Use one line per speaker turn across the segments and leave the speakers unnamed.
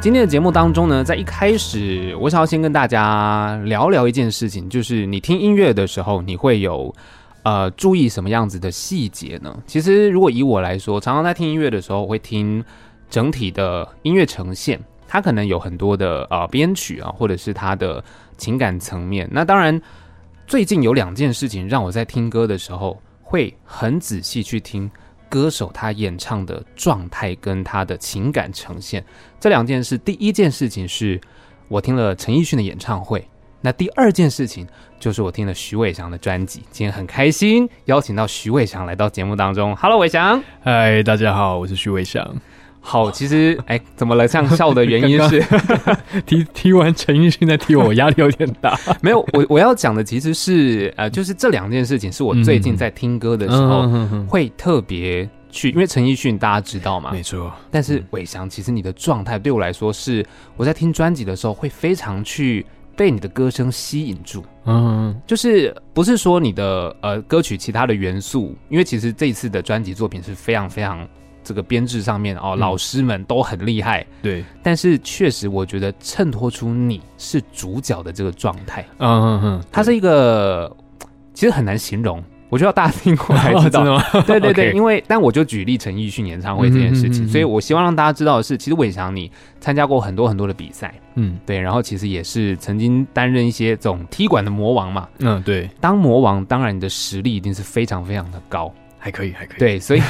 今天的节目当中呢，在一开始，我想要先跟大家聊聊一件事情，就是你听音乐的时候，你会有呃注意什么样子的细节呢？其实，如果以我来说，常常在听音乐的时候，我会听整体的音乐呈现，它可能有很多的呃编曲啊，或者是它的情感层面。那当然，最近有两件事情让我在听歌的时候会很仔细去听歌手他演唱的状态跟他的情感呈现。这两件事，第一件事情是我听了陈奕迅的演唱会，那第二件事情就是我听了徐伟翔的专辑。今天很开心邀请到徐伟翔来到节目当中。Hello，伟翔。
嗨，大家好，我是徐伟翔。
好，其实哎，怎么了？这样笑的原因 是
踢踢完陈奕迅再踢我，我压力有点大。
没有我我要讲的其实是呃，就是这两件事情是我最近在听 歌的时候、
嗯
会特别去，因为陈奕迅大家知道嘛，
没错，
但是伟翔，其实你的状态对我来说是，我在听专辑的时候会非常去被你的歌声吸引住，
嗯，
就是不是说你的呃歌曲其他的元素，因为其实这一次的专辑作品是非常非常这个编制上面哦，
嗯
老师们都很厉害，
对，
但是确实我觉得衬托出你是主角的这个状态，
嗯嗯嗯，
它是一个其实很难形容。我就要大家听过才 知
哦真
道
的，吗？
对对对
OK
因为但我就举例陈奕迅演唱会这件事情，
嗯哼嗯哼
所以我希望让大家知道的是，其实伟翔你参加过很多很多的比赛，
嗯
对，然后其实也是曾经担任一些这种踢馆的魔王嘛。
嗯，对，
当魔王，当然你的实力一定是非常非常的高，
还可以，还可以。，
对，所以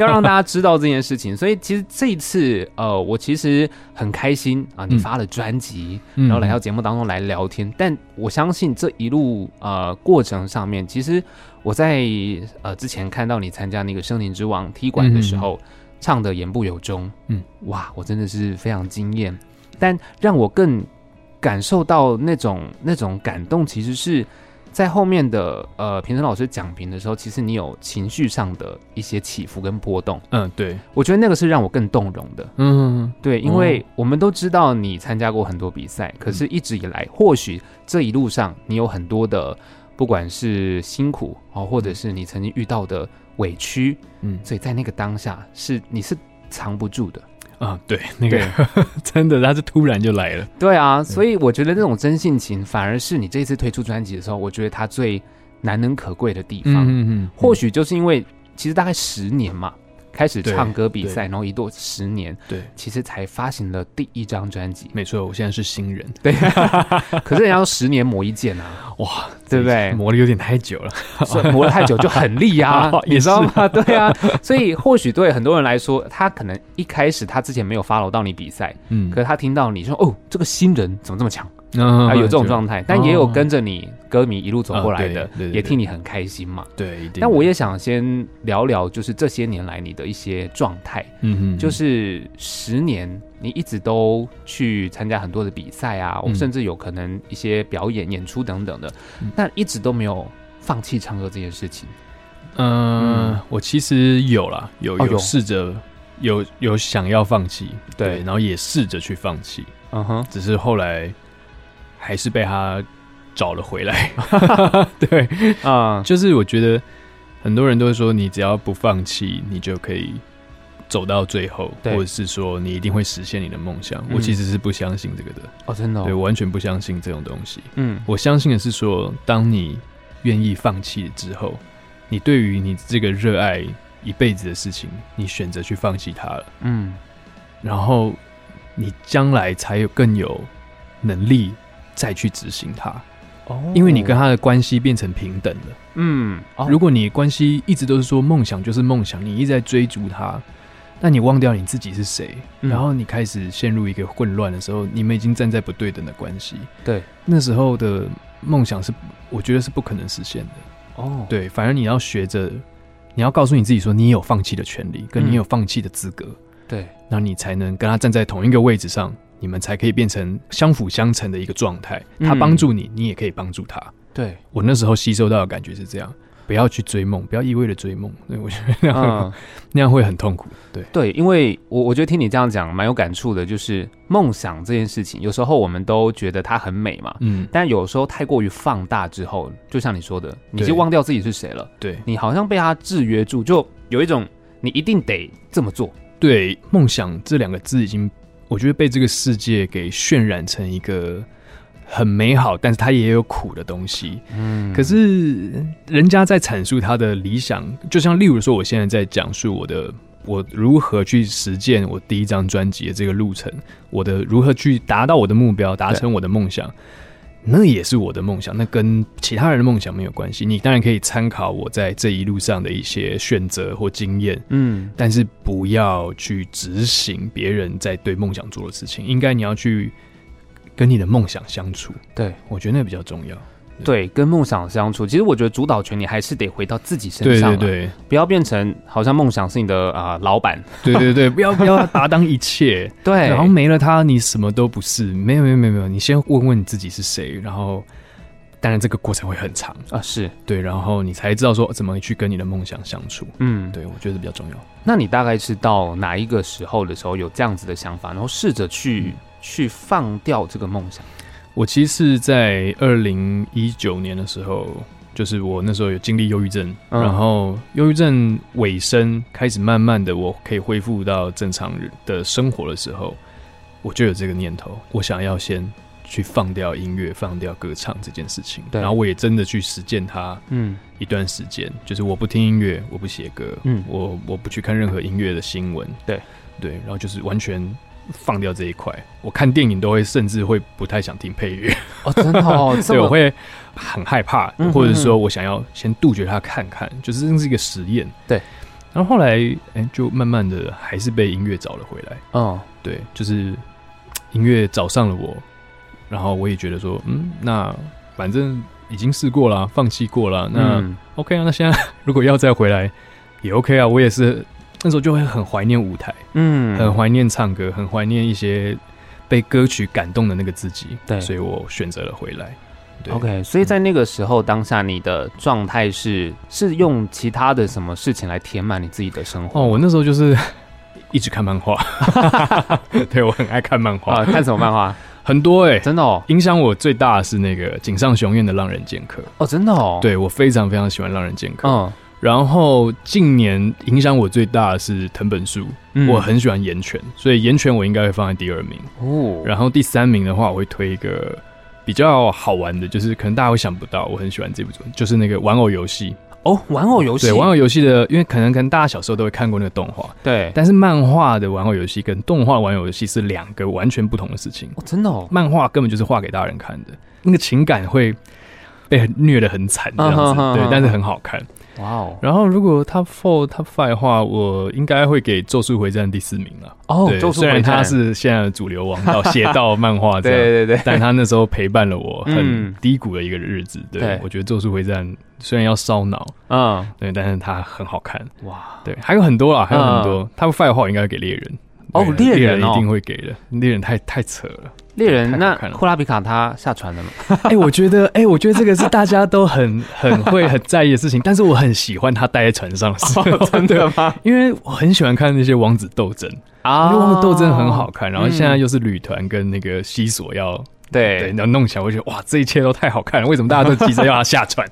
要让大家知道这件事情。所以其实这一次，呃，我其实很开心啊，你
嗯
发了专辑，
然
然后来到节目当中来聊天。但我相信这一路呃过程上面，其实我在呃之前看到你参加那个《森林之王》踢馆的时候，唱的言不由衷，
嗯，
哇，我真的是非常惊艳。但让我更感受到那种那种感动，其实是在后面的呃评审老师讲评的时候，其实你有情绪上的一些起伏跟波动，
嗯，对，
我觉得那个是让我更动容的。
嗯，
对，因
哦嗯
为我们都知道你参加过很多比赛，可是一直以来，或许这一路上你有很多的，不管是辛苦哦，或者是你曾经遇到的委屈，
嗯
所以在那个当下是你是藏不住的。
啊，对，那个 真的，他是突然就来了。
对 啊，所以我觉得那种真性情，反而是你这次推出专辑的时候，我觉得它最难能可贵的地方。
嗯
或许就是因为其实大概十年嘛，开始
对
唱歌比
对
赛，然后一度十年，
对，
其实才发行了第一张专辑。
没错，我现在是新人，
对，可是人家都十年磨一剑啊，
哇，
对不对？
磨的有点太久了。
所以磨了太久就很利啊
哦，
你
也
知
是
道吗？ 对啊，所以或许对很多人来说，他可能一开始他之前没有 follow 到你比赛，
嗯
可是他听到你说哦，这个新人怎么这么强
啊
啊，有这种状
嗯
态，但也有跟着你歌迷一路走过来的
啊对对，对
也替你很开心嘛。
对，一定。
但我也想先聊聊，就是这些年来你的一些状态，
嗯嗯，
就是十年，你一直都去参加很多的比赛啊，我
嗯
甚至有可能一些表演、演出等等的
嗯，
但一直都没有放弃唱歌这件事情。
嗯
嗯，
呃我其实有啦，有
哦有
有试着有有想要放弃，
对
然后也试着去放弃，
嗯哼，
只是后来还是被他找了 回来。对，
啊，
就是我觉得很多人都会说，你只要不放弃，你就可以走到最后，
对
或者是说你一定会实现你的梦想。
嗯
我其实是不相信这个的，
哦，真的、
对
哦，
我完全不相信这种东西。
嗯，
我相信的是说，当你愿意放弃之后，你对于你这个热爱一辈子的事情，你选择去放弃它了，
嗯，
然后你将来才有更有能力再去执行它，
哦
因为你跟，他的关系变成平等了。
嗯，哦，
如果你关系一直都是说梦想就是梦想，你一直在追逐它。那你忘掉你自己是谁，
嗯
然后你开始陷入一个混乱的时候，你们已经站在不对等的关系。
对，
那时候的梦想是，我觉得是不可能实现的。
哦，，
对，反而你要学着，你要告诉你自己说，你有放弃的权利，跟
嗯
你有放弃的资格，
对，
那、你才能跟他站在同一个位置上，你们才可以变成相辅相成的一个状态。他
嗯
帮助你，你也可以帮助他。
对，
我那时候吸收到的感觉是这样。不要去追梦，不要一味的追梦，对我觉得那样、
嗯，
那样会很痛苦。
对，因为我我觉得听你这样讲蛮有感触的，就是梦想这件事情，有时候我们都觉得它很美嘛，
嗯，
但有时候太过于放大之后，就像你说的，你就
对
忘掉自己是谁了，
对
你好像被他制约住，就有一种你一定得这么做。
对，梦想这两个字已经我觉得被这个世界给渲染成一个很美好，但是它也有苦的东西。
嗯
可是人家在阐述他的理想，就像例如说，我现在在讲述我的我如何去实践我第一张专辑的这个路程，我的如何去达到我的目标，达成我的梦想，那也是我的梦想，那跟其他人的梦想没有关系。你当然可以参考我在这一路上的一些选择或经验，
嗯
但是不要去执行别人在对梦想做的事情，应该你要去跟你的梦想相处，
对
我觉得那比较重要。
对，跟梦想相处，其实我觉得主导权你还是得回到自己身
对
上
对
了，
对。
不要变成好像梦想是你的啊、呃老板，
对对对，不要不要把它当一 切，
对，
然后没了它，你什么都不是。没有没有没有没有，你先问问你自己是谁，然后当然这个过程会很长，
啊是，
对，然后你才知道说怎么去跟你的梦想相处。
嗯，
对，我觉得比较重要。
那你大概是到哪一个时候的时候有这样子的想法，然后试着
嗯
去、去放掉这个梦想？
我其实是在二零一九年的时候，就是我那时候有经历忧郁症，
嗯
然后忧郁症尾声开始慢慢的我可以恢复到正常人的生活的时候，我就有这个念头，我想要先去放掉音乐、放掉歌唱这件事情，
对
然后我也真的去实践它
嗯
一段时间，就是我不听音乐，我不写歌，
嗯
我我不去看任何音乐的新闻，
对
对，然后就是完全放掉这一块，我看电影都会甚至会不太想听配乐。
哦，真的 哦，这
对，
么
我会很害怕
嗯哼，
或者说我想要先杜绝它看看，就是这是一个实验。
对，
然后后来哎、就慢慢的还是被音乐找了回来。
嗯
对，就是嘖音乐找上了我，然后我也觉得说，嗯，那反正已经试过了，放弃过了，那、
嗯
OK 啊，那现在 如果要再回来也 OK 啊，我也是那时候就会很怀念舞台，
嗯
很怀念唱歌，很怀念一些被歌曲感动的那个自己。
对
所以我选择了回来。对
OK，所以在那个时候，当下你的状态是是用其他的什么事情来填满你自己的生活？
哦，我那时候就是 一直看 漫画，对我很爱看漫画，
啊，看什么漫 画？
很多哎、
真的哦，
影响我最大的是那个井上雄彦的《浪人剑客》
哦，真的哦，，
对我非常非常喜欢《浪人剑客》
嗯
然后近年影响我最大的是藤本树，
嗯
我很喜欢岩泉，所以岩泉我应该会放在第二名。
哦，
然后第三名的话，我会推一个比较好玩的，就是可能大家会想不到，我很喜欢这部作品，就是那个玩偶游戏。
哦，玩偶游戏，
对，玩偶游戏的，因为可能可能大家小时候都会看过那个动画，
对，
但是漫画的玩偶游戏跟动画玩偶游戏是两个完全不同的事情。
哦，真的哦，
漫画根本就是画给大人看的，那个情感会被虐得很惨这样
嗯哼
子，
哼
对
哼，
但是很好看。
哇哦，
然后如果 Top Four、Top Five 的话，我应该会给《咒术回战》第四名了。
哦，
对，
咒术
虽然
回
它
战，
是现在的主流王道、邪道漫画 这
对
样，
对对对，
但他那时候陪伴了我很
嗯
低谷的一个日子。对，
对
我觉得《咒术回战》虽然要烧脑，
嗯，
对，但是它很好看。
哇，
对，还有很多啊，还有很多。他们 five 的话，我应该会给猎人。
哦
对
猎人
猎人
哦
一定会给的，猎人太太扯了。
猎人，
太好
那
看了
库拉比卡他下船了吗？
哎、我觉得，哎、我觉得这个是大家都 很很会很在意的事情，但是我很喜欢他待在船上的时候，哦真的，
吗？
因为我很喜欢看那些王子斗争，因
啊
为王子斗争很好，看，然后
嗯
现在又是旅团跟那个西索要对，
对，
然后弄起来，我觉得哇，这一切都太好看了，为什么大家都急着要他下船？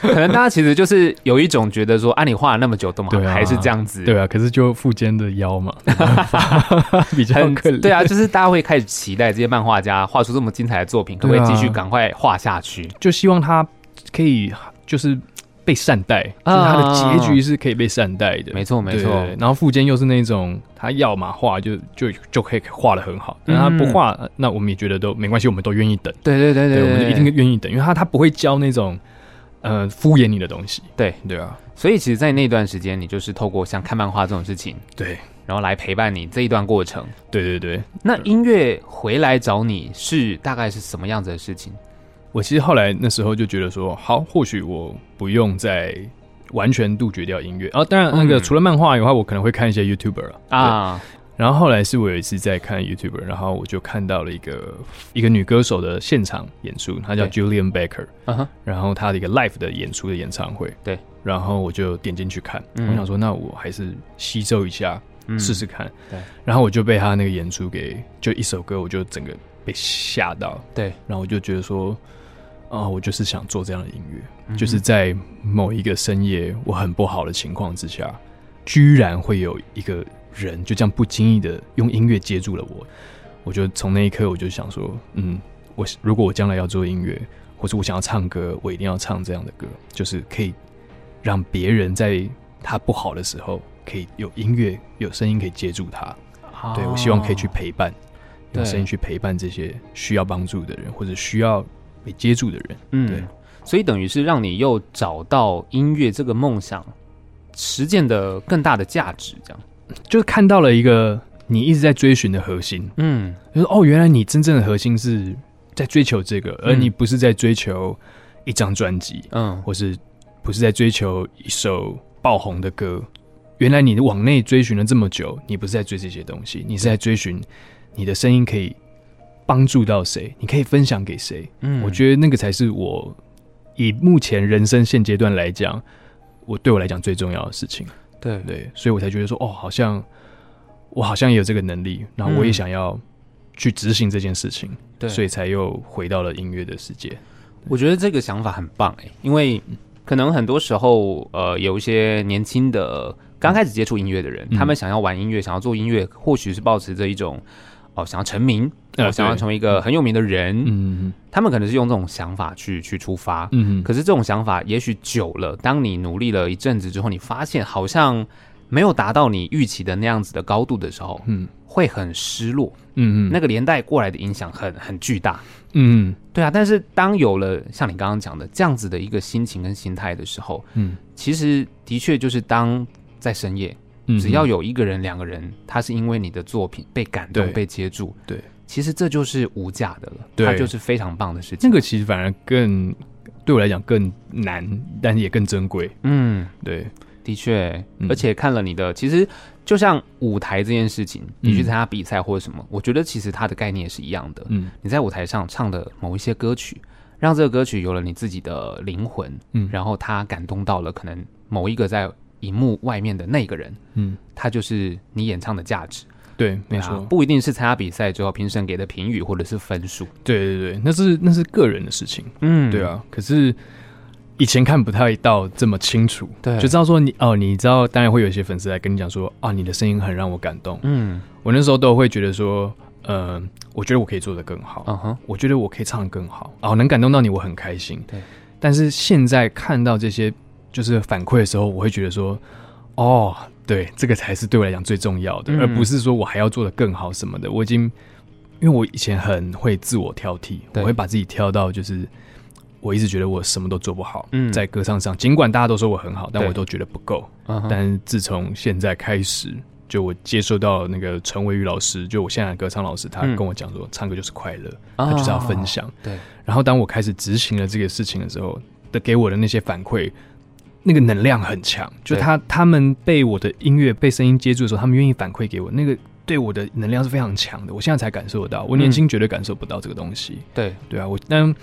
可能大家其实就是有一种觉得说，啊，你画了那么久，怎么
对啊
还是这样子？
对啊，可是就富坚的腰 嘛，没办法比较
很
可怜，
对啊，就是大家会开始期待这些漫画家画出这么精彩的作品，可不可以
对啊
继续赶快画下去？
就希望他可以就是被善待，就
啊
是他的结局是可以被善待的。
没错，没
对
错，
对对然后富坚又是那种他要嘛画就就就可以画的很好，但他不画，那我们也觉得都没关系，我们都愿意等，
对嗯对对
对，我们就一
对
定愿意等，因为他他不会教那种呃敷衍你的东西。
对
对啊，
所以其实，在那段时间，你就是透过像看漫画这种事情，
对
然后来陪伴你这一段过程。
对对对，
那音乐回来找你是大概是什么样子的事情？
我其实后来那时候就觉得说，好，或许我不用再完全杜绝掉音乐。啊，当然那个
嗯
除了漫画以外，我可能会看一些 YouTuber 啊
啊，
然后后来是我有一次在看 YouTube，然后我就看到了一个一个女歌手的现场演出，她叫 Julian Baker，
嗯哼，
然后她的一个 live 的演出的演唱会，
对，
然后我就点进去看，
嗯
我想说那我还是吸收一下
嗯
试试看，
对，
然后我就被她那个演出给就一首歌我就整个被吓到，
对，
然后我就觉得说，啊、我就是想做这样的音乐，就是在某一个深夜我很不好的情况之下，居然会有一个人就这样不经意的用音乐接住了我。我就从那一刻我就想说，嗯，我如果我将来要做音乐，或者我想要唱歌，我一定要唱这样的歌，就是可以让别人在他不好的时候，可以有音乐、有声音可以接住他。对我希望可以去
啊
陪伴，用
哦对
声音去陪伴这些需要帮助的人，或者需要被接住的人。对
嗯，所以等于是让你又找到音乐这个梦想实践的更大的价值，这样。
就是看到了一个你一直在追寻的核心，
嗯，
就是哦，原来你真正的核心是在追求这个，而
嗯
你不是在追求一张专辑，
嗯，
或是不是在追求一首爆红的歌。原来你往内追寻了这么久，你不是在追这些东西，你是在追寻你的声音可以帮助到谁，你可以分享给谁。
嗯
我觉得那个才是我以目前人生现阶段来讲，我对我来讲最重要的事情。
得嗯对
对，所以我才觉得说，哦，好像我好像也有这个能力，然后我也
嗯
想要去执行这件事情，
对，
所以才又回到了音乐的世界。
我觉得这个想法很棒哎、因为可能很多时候，呃，有一些年轻的刚开始接触音乐的人，
嗯
他们想要玩音乐，想要做音乐，或许是保持着一种哦、想要成名，
呃
哦想要
对
成为一个很有名的人，
嗯
他们可能是用这种想法去去出发。
嗯，
可是这种想法也许久了，当你努力了一阵子之后，你发现好像没有达到你预期的那样子的高度的时候，
嗯
会很失落。
嗯嗯，
那个连带过来的影响很很巨大。
嗯
对啊，但是当有了像你刚刚讲的这样子的一个心情跟心态的时候，
嗯
其实的确就是当在深夜，
嗯，
只要有一个人、两个人，他是因为你的作品被感动、
对
被接住，
对，
其实这就是无价的了，
对
它就是非常棒的事情。
那个，其实反而更对我来讲更难，但也更珍贵。
嗯，
对，
的确，
嗯
而且看了你的，其实就像舞台这件事情，你去
嗯
参加比赛或者什么，我觉得其实它的概念也是一样的。
嗯
你在舞台上唱的某一些歌曲，让这个歌曲有了你自己的灵魂，
嗯
然后它感动到了可能某一个在荧幕外面的那个人，
嗯，
他就是你演唱的价值。
对，没
对啊
错，
不一定是参加比赛之后评审给的评语或者是分数。
对对对，那是那是个人的事情。
嗯
对，啊，可是以前看不太到这么清楚，
对
就知道说你哦，你知道，当然会有一些粉丝来跟你讲说啊，你的声音很让我感动。
嗯
我那时候都会觉得说，嗯、我觉得我可以做得更好，
嗯哼，
我觉得我可以唱得更好，哦，能感动到你，我很开心。
对，
但是现在看到这些就是反馈的时候，我会觉得说，哦，对，这个才是对我来讲最重要的，
嗯
而不是说我还要做得更好什么的。我已经，因为我以前很会自我挑剔，我
对
会把自己挑到就是。我一直觉得我什么都做不好，
嗯
在歌唱上，尽管大家都说我很好，但
对
我都觉得不够。
嗯哼，
但是自从现在开始，就我接受到那个陈伟宇老师，就我现在的歌唱老师，他
嗯
跟我讲说，唱歌就是快乐，
啊
他就是要分。享。
对，
然后当我开始执行了这个事情的时候，的给我的那些反馈，那个能量很强。就
对
他他们被我的音乐被声音接住的时候，他们愿意反馈给我，那个对我的能量是非常强的。我现在才感受得到，我
嗯
年轻绝对感受不到这个东西。
对，
对啊，我但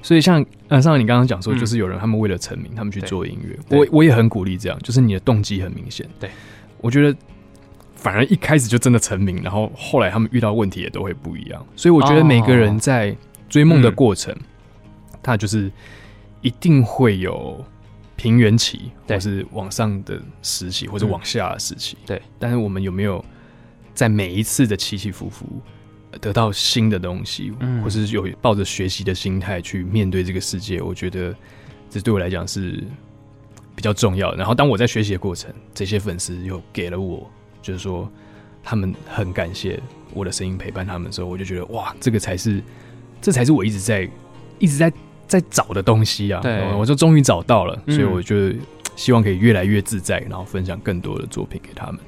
所以像呃，上你刚刚讲说，
嗯
就是有人他们为了成名，他们去做音乐，
对
我我也很鼓励这样，就是你的动机很明显。
对，
我觉得反而一开始就真的成名，然后后来他们遇到问题也都会不一样。所以我觉得
哦嗯
每个人在追梦的过程，他就是一定会有平原期，
对
或是往上的时期，或者
嗯
往下的时期。
对，
但是我们有没有在每一次的起起伏伏？呃得到新的东西，
嗯
或是有抱着学习的心态去面对这个世界，我觉得这对我来讲是比较重要的。然后，当我在学习的过程，这些粉丝又给了我，就是说他们很感谢我的声音陪伴他们的时候，我就觉得哇，这个才是，这才是我一直在一直在在找的东西啊！
对
我就终于找到了，
嗯
所以我就希望可以越来越自在，然后分享更多的作品给他们。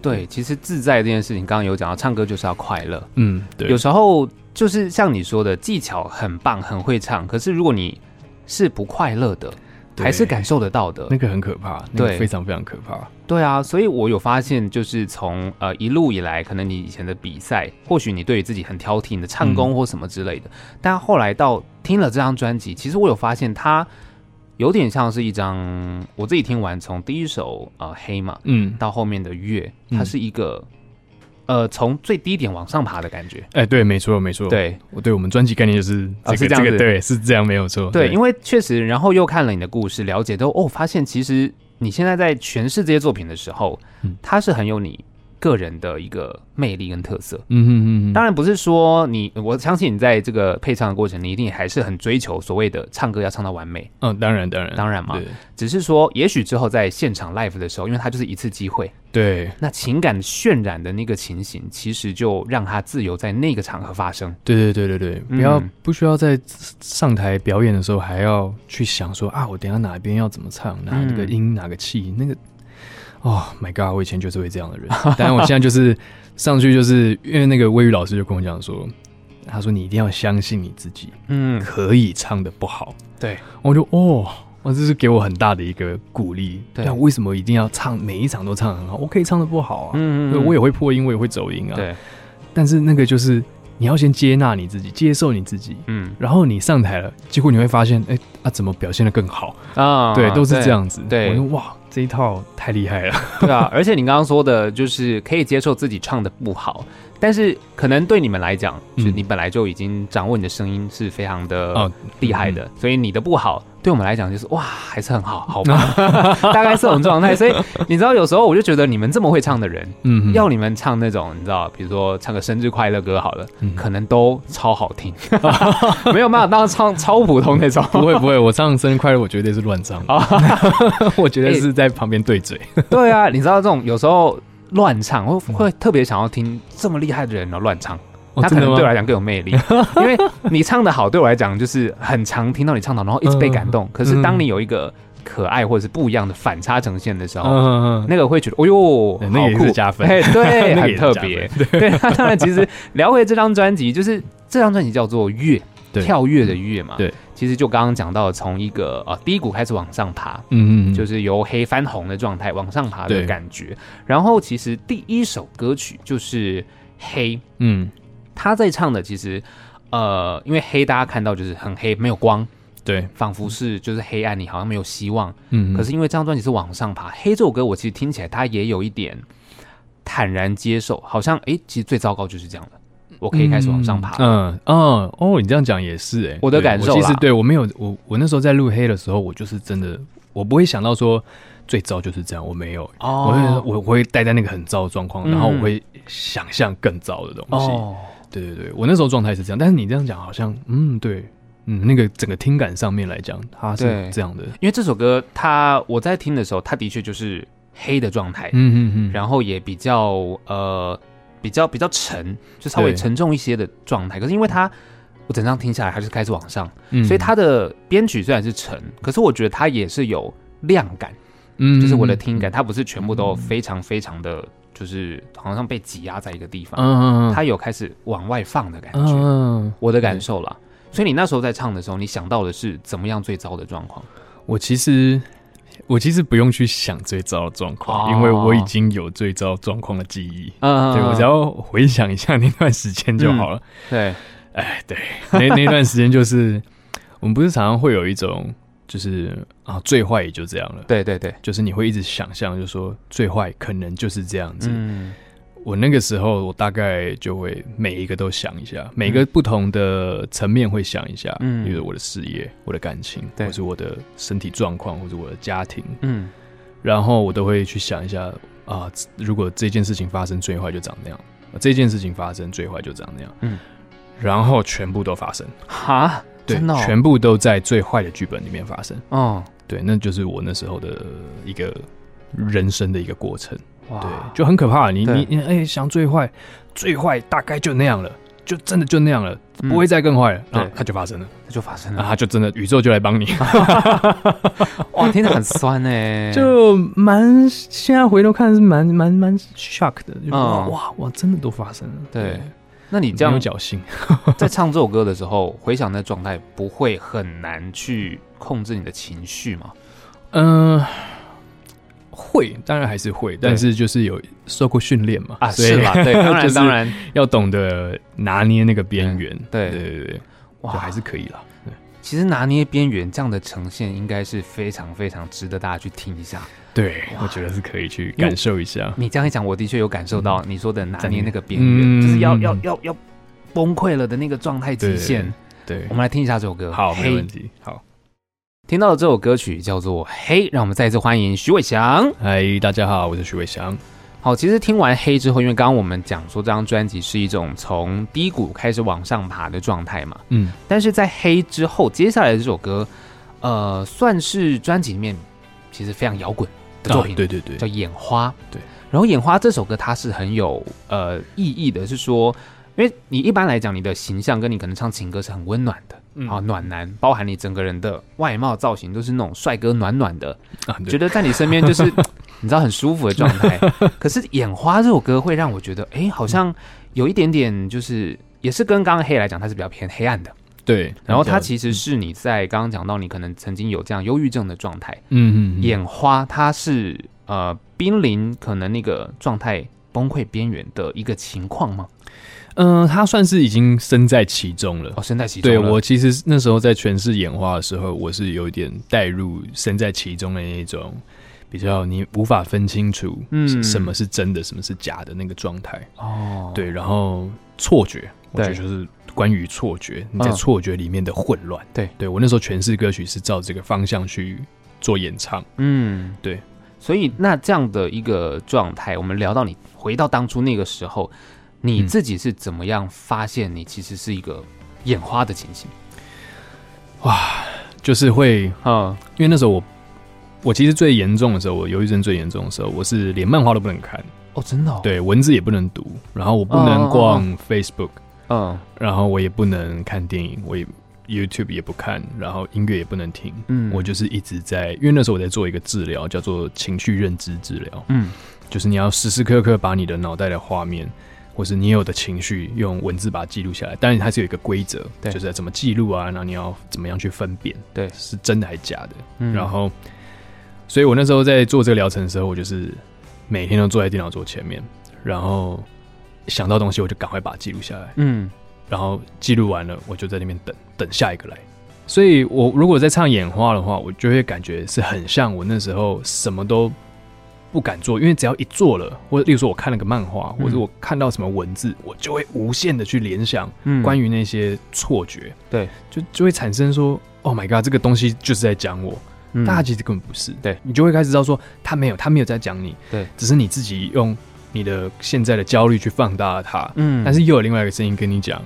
对，其实自在这件事情，刚刚有讲到，唱歌就是要快乐。
嗯，对
有，时候就是像你说的，技巧很棒，很会唱，可是如果你是不快乐的，
对
还是感受得到的
那。个很可怕，那个
对
非常非常可怕。
对啊，所以我有发现，就是从呃一路以来，可能你以前的比赛，或许你对于自己很挑剔，你的唱功或什么之类的，但后来到听了这张专辑，其实我有发现它有点像是一张我自己听完从第一首呃黑嘛
嗯，
到后面的月，
嗯
它是一个、呃从最低点往上爬的感觉。
哎、对，没错，没错，，
对，
我对我们专辑概念就是这个、
啊是这样
个，
子
对，是这样，没有错，
对，因为确实，然后又看了你的故事，了解之后，哦，发现其实你现在在诠释这些作品的时候，
嗯
它是很有你个人的一个魅力跟特色。
嗯哼嗯哼，
当然不是说你，我相信你在这个配唱的过程，你一定还是很追求所谓的唱歌要唱到完美，
嗯，当然当然
当然嘛。
对
只是说，也许之后在现场 live 的时候，因为它就是一次机会，
对
那情感渲染的那个情形，其实就让它自由在那个场合发生。
对对对对对，不要、
嗯
不需要在上台表演的时候还要去想说啊，我等一下哪边要怎么唱，哪个
嗯
音、哪个气，那个。哦、oh、，My God！我以前就是会这 样的人，但我现在就是上去，就是因为那个魏宇老师就跟我讲说，他说你一定要相信你自己，
嗯，
可以唱的不好，
对，
我就哦，哇，这是给我很大的一个鼓励。
对
但为什么一定要唱每一场都唱很好？我可以唱的不好啊，
嗯
对我也会破音，我也会走音啊。，
对，
但是那个就是你要先接纳你自己，接受你自己。
嗯
然后你上台了，结果你会发现，哎、啊，怎么表现的更好？
啊
对，都是这，样子。
对
我说哇，这一套太厉 害了。
对啊。而且你刚刚说的，就是可以接受自己唱的不好，但是可能对你们来讲，
嗯
就是你本来就已经掌握你的声音是非常的
哦
厉害的，所以你的不好。对我们来讲，就是哇，还是很好，好吧， 大概是这种状态。所以 你知道，有时候我就觉得你们这么会唱的人，
嗯，
要你们唱那种，你知道，比如说唱个生日快乐歌好了，
嗯
可能都超好听， 没有办法当唱超普通 那种。
不会不会，我唱生日快乐，我绝对是乱唱
啊
的， 我绝对
哎
是在旁边对嘴。
对啊，你知道这种有时候乱唱，我会特别想要听这么厉害的人哦乱唱，
哦
他可
真的
能
吗
对我来讲更有魅 力，因为你唱的好，对我来讲就是很常听到你唱的好，然后一直被感
嗯
动。可是当你有一个可爱或者是不一样的反差呈现的时候，
嗯嗯
那个会觉得，哦呦，
对那
好
也
酷
是加分
哎， 对，
那个
很
也是
特
加
别。 对，那当然，其实聊回这张专辑，就是这张专辑叫做《跃》，
对
跳跃的跃嘛。
对，
其实就刚刚讲到，从一个呃低谷开始往上爬，
嗯嗯，
就是是由黑翻红的状态往上爬的
对
感觉。然后，其实第一首歌曲就是《黑》，
嗯，
他在唱的其实。呃，因为黑大家看到就是很黑，没有光，
对，
仿佛是就是黑暗，你好像没有希望。
嗯，
可是因为这张专辑是往上爬，《黑》这首歌我其实听起来它也有一点坦然接受，好像诶，其实最糟糕就是这样了，我可以开始往上爬。
嗯嗯哦，你这样讲也是哎、
我的
对
感受
其实
啦
对我没有我我那时候在录黑的时候，我就是真的我不会想到说最糟就是这样，我没有，我会我我会待在那个很糟的状况，
哦嗯
然后我会想象更糟的东西。
哦，
对对对，我那时候状态是这样，但是你这样讲好像嗯对。嗯，那个整个听感上面来讲，它
对
是这样的。
因为这首歌它我在听的时候，它的确就是黑的状态，
嗯嗯嗯，
然后也比较呃比较比较沉，就稍微
对
沉重一些的状态。可是因为它我整张听下来，它就是开始往上，
后
所以它的编曲虽然是沉，可是我觉得它也是有量感。
嗯
就是我的听感，它不是全部都非常非常的，就是好像被挤压在一个地方，
嗯嗯嗯，
它有开始往外放的感
嗯
觉，
嗯嗯
我的感受啦。所以你那时候在唱的时候，你想到的是怎么样最糟的状况？
我其实我其实不用去想最糟的状况，
哦
因为我已经有最糟状况的记忆。
嗯
对我只要回想一下那段时间就好了。
对，
哎、对，那 那段时间就是我们不是常常会有一种就是啊，最坏也就这样了。
对对对，
就是你会一直想象，就说最坏可能就是这样子。
嗯
我那个时候，我大概就会每一个都想一下，每个不同的层面会想一下，
嗯
比如我的事业、我的感情，
对
或是我的身体状况，或者我的家庭，
嗯
然后我都会去想一下啊、如果这件事情发生最坏就长那样，这件事情发生最坏就长那样，
嗯，
然后全部都发生，
哈，
对，
真的哦，
全部都在最坏的剧本里面发生，
嗯，
对，那就是我那时候的一个人生的一个过程，
哇，
对，就很可怕，你
对
你你哎、想最坏，最坏大概就那样了。就真的就那样了，
嗯
不会再更坏了。
对
然后它就发生了，
这就发生
然后
了，
它就真的宇宙就来帮你。
哇，听着很酸哎，
就蛮现在回头看是蛮蛮蛮 shock 的，就觉得
嗯
哇哇真的都发生了，
对那你这样
没有侥幸，
在唱这首歌的时候，回想那状态，不会很难去控制你的情绪吗？
嗯、会当然还是会，但是就是有受过训练嘛，
啊，
所以
是啦， 对，当
就
然
是
当然，
要懂得拿捏那个边缘，
对
对对对，
哇，
就还是可以啦。对
其实拿捏边缘这样的呈现，应该是非常非常值得大家去听一下。
对，
哇
我觉得是可以去
因为
感受一下。
你这样一讲，我的确有感受到你说的拿捏那个边缘，
嗯
就是要要要要崩溃了的那个状态极限。
对
我，们来听一下这首歌，
好，没
嗯嘿
问题。好，
听到的这首歌曲叫做《黑》，让我们再次欢迎徐伟翔。
嗨，大家好，我是徐伟翔。
好，其实听完《黑》之后，因为刚刚我们讲说这张专辑是一种从低谷开始往上爬的状态嘛，
嗯，
但是在《黑》之后，接下来的这首歌，呃，算是专辑里面其实非常摇滚的作
啊
品，
对对对
叫，《眼花》。
对，
然后《眼花》这首歌它是很有呃意义的，是说，因为你一般来讲你的形象跟你可能唱情歌是很温暖的，
嗯
啊，暖男，包含你整个人的外貌造型都是那种帅哥暖暖的，
啊，对
觉得在你身边就是 你知道很舒服的状态。可是《眼花》这首歌会让我觉得，哎、好像有一点点就是。也是跟刚刚黑来讲，它是比较偏黑
嗯
暗的。
对，
然后它
他
其实是你在刚刚讲到，你可能曾经有这样忧郁症的状态，
嗯嗯嗯
眼花，它是呃濒临可能那个状态崩溃边缘的一个情况吗？
嗯，他算是已经身在其中了。
哦，身在其中
对
了。
我其实那时候在诠释演化的时候，我是有一点带入身在其中的那一种比较你无法分清楚，
嗯
嗯，什么是真的，什么是假的那个状态。
哦，
对，然后错觉，我觉得
对
就是关于错觉，你在
嗯
错觉里面的混乱。
对
对我那时候诠释歌曲是照这个方向去做演唱。
嗯，
对。
所以那这样的一个状态，我们聊到你回到当初那个时候，你
嗯
自己是怎么样发现你其实是一个眼花的情形？
就是会，
嗯，
因为那时候我，我其实最严重的时候，我忧郁症最严重的时候，我是连漫画都不能看，
哦，真的、哦，，
对，文字也不能读，然后我不
哦哦
能
哦
逛 Facebook，
嗯
然后我也不能看电影，我也 YouTube 也不看，然后音乐也不能听。
嗯，
我就是一直在，因为那时候我在做一个治疗，叫做情绪认知治疗，
嗯
就是你要时时刻刻把你的脑袋的画面，或是你有的情绪，用文字把它记录下来。当然它是有一个规则，
对
就是要怎么记录啊，然后你要怎么样去分辨，
对
是真的还假的。
嗯，
然后，所以我那时候在做这个疗程的时候，我就是每天都坐在电脑桌前面，然后想到东西我就赶快把它记录下来，
嗯
然后记录完了我就在那边等等下一个来。所以我如果在唱眼花的话，我就会感觉是很像我那时候什么都不敢做，因为只要一做了，或者例如说我看了个漫画，
嗯
或者我看到什么文字，我就会无限的去联想
嗯，
关
于
于那些错觉，
对，
就就会产生说，Oh my god，这个东西就是在讲我。
嗯
但他其实根本不是。
对
你就会开始知道说他没有，他没有在讲你，
对，
只是你自己用你的现在的焦虑去放大了它。
嗯，
但是又有另外一个声音跟你讲，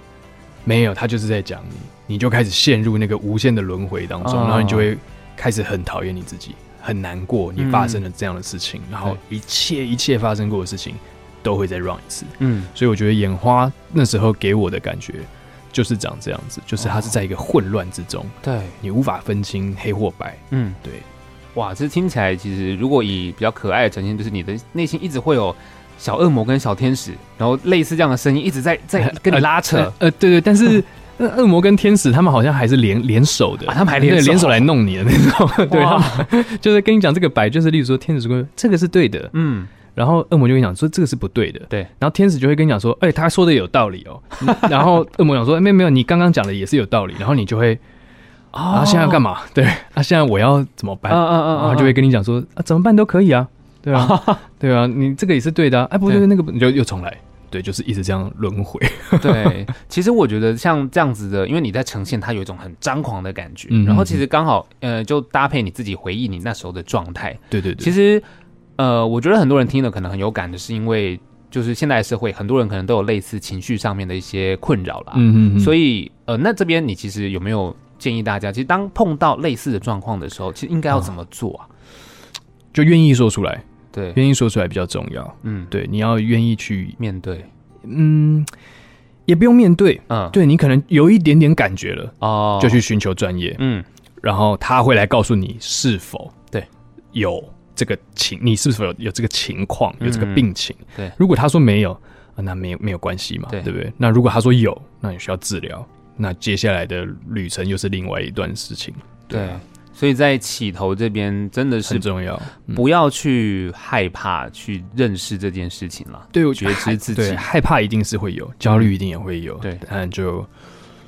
没有，他就是在讲你，你就开始陷入那个无限的轮回当中，
哦
然后你就会开始很讨厌你自己，很难过，你发生了这样的事情，
嗯
然后一切一切发生过的事情都会再 run 一次。
嗯
所以我觉得眼花那时候给我的感觉就是长这样子，就是它是
哦
在一个混乱之中，
对
你无法分清黑或白。
嗯。
对，
哇，这听起来其实如果以比较可爱的呈现，就是你的内心一直会有小恶魔跟小天使，然后类似这样的声音一直在 在跟你拉扯。
呃，呃对对，但是那恶魔跟天使他们好像还是联联手的
啊他们还联
对
手
联手来弄你的那种， 对，
哇
他们就是跟你讲这个白，就是例如说天使说这个是对的，
嗯，
然后恶魔就跟你讲说这个是不对的，
对
然后天使就会跟你讲说，哎、他说的有道理哦， 然后恶魔讲说没有没有，你刚刚讲的也是有道理，然后你就会
啊
啊现在要干
嘛？
嘛？对，啊现在我要怎么办？
嗯嗯嗯，
然后就会跟你讲说啊怎么办都可以啊，对 啊对啊，你这个也是对的、啊，哎、不
对
对那个不你就又重来，对，就是一直这样轮回，
对。其实我觉得像这样子的，因为你在呈现它有一种很张狂的感觉，
嗯
然后其实刚好呃就搭配你自己回忆你那时候的状态。
对对对，
其实呃，我觉得很多人听了可能很有感的，是因为就是现在的社会，很多人可能都有类似情绪上面的一些困扰啦。
嗯嗯嗯，
所
以
以呃，那这边你其实有没有建议大家，其实当碰到类似的状况的时候，其实应该要怎么做啊？
就愿意说出来，
对，
愿意说出来比较重要。
嗯，
对，你要愿意去，
面对，
嗯，也不用面对，
嗯，
对你可能有一点点感觉了，
哦，
就去，寻求专业，
嗯
然后他会来告诉你是否
对
有这个情，你是否有有这个情况，有这
嗯
个病情。
对
如果他说没有，啊那没有没有关系嘛，
对
对不对？那如果他说有，那你需要治疗。那接下来的旅程又是另外一段事情，对
对
啊，
所以在起头这边真的是
很重要。嗯
不要去害怕去认识这件事情了。
对，我
觉知自己
对害怕一定是会有，焦虑一定也会有，
对
但就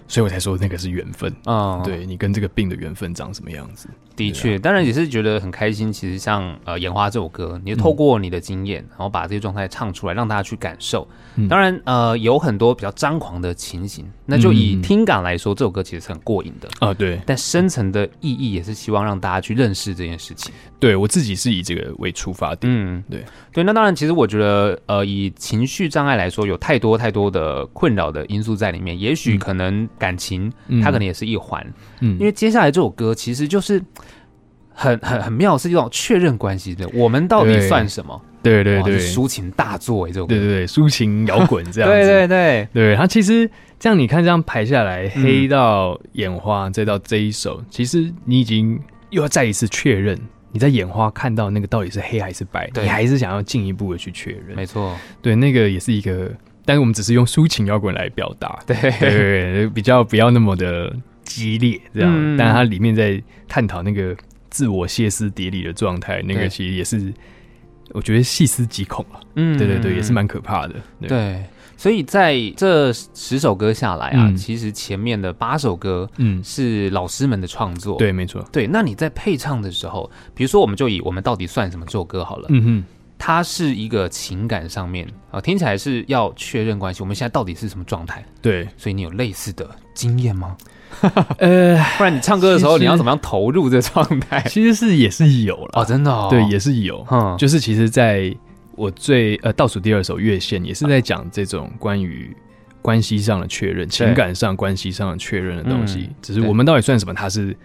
所以我才说那个是缘分。
嗯，
对啊你跟这个病的缘分长什么样子？
的确，当然也是觉得很开心。其实像呃《烟花》这首歌，你就透过你的经验，然后把这些状态唱出来，让大家去感受。
嗯
当然，呃，有很多比较张狂的情形，那就以
嗯
听感来说，这首歌其实是很过瘾的。
啊，对，
但深层的意义也是希望让大家去认识这件事情。
对我自己是以这个为出发点。
嗯，
对
对。那当然，其实我觉得，呃，以情绪障碍来说，有太多太多的困扰的因素在里面。也许
嗯
可能感情，
嗯
它可能也是一环。
嗯
因为接下来这首歌其实就是很很很妙，是一种确认关系的。我们到底
对
算什么？
对对
哇
对
这抒情大作哎，这首歌
对。对对，抒情摇滚这样子。
对对对，
对它其实这样你看这样排下来，
嗯
黑到眼花，再到这一首，其实你已经又要再一次确认你在眼花看到那个到底是黑还是白，
对
你还是想要进一步的去确认。
没错，
对，那个也是一个，但是我们只是用抒情摇滚来表达，
对
对对，对比较不要那么的激烈这样，
嗯
但它里面在探讨那个自我歇斯底里的状态，那个
对
其实也是我觉得细思极恐啊，
嗯
对对对，也是蛮可怕的，对
对。所以在这十首歌下来啊，
嗯
其实前面的八首歌
嗯，
是老师们的创作。
对，没错，
对，那你在配唱的时候，比如说我们就以我们到底算什么这首歌好了，
嗯哼。
它是一个情感上面啊、听起来是要确认关系，我们现在到底是什么状态？
对，
所以你有类似的经验吗？
呃，
不然你唱歌的时
其
候，
实
你要怎么样投入这状态？
其实是也是有了，
哦，真的哦，
对，也是有，
哼，
就是其实在我最呃倒数第二首《月线》也是在讲这种关于关系上的确认、情感上关系上的确认的东西
嗯，
只是我们到底算什么？它是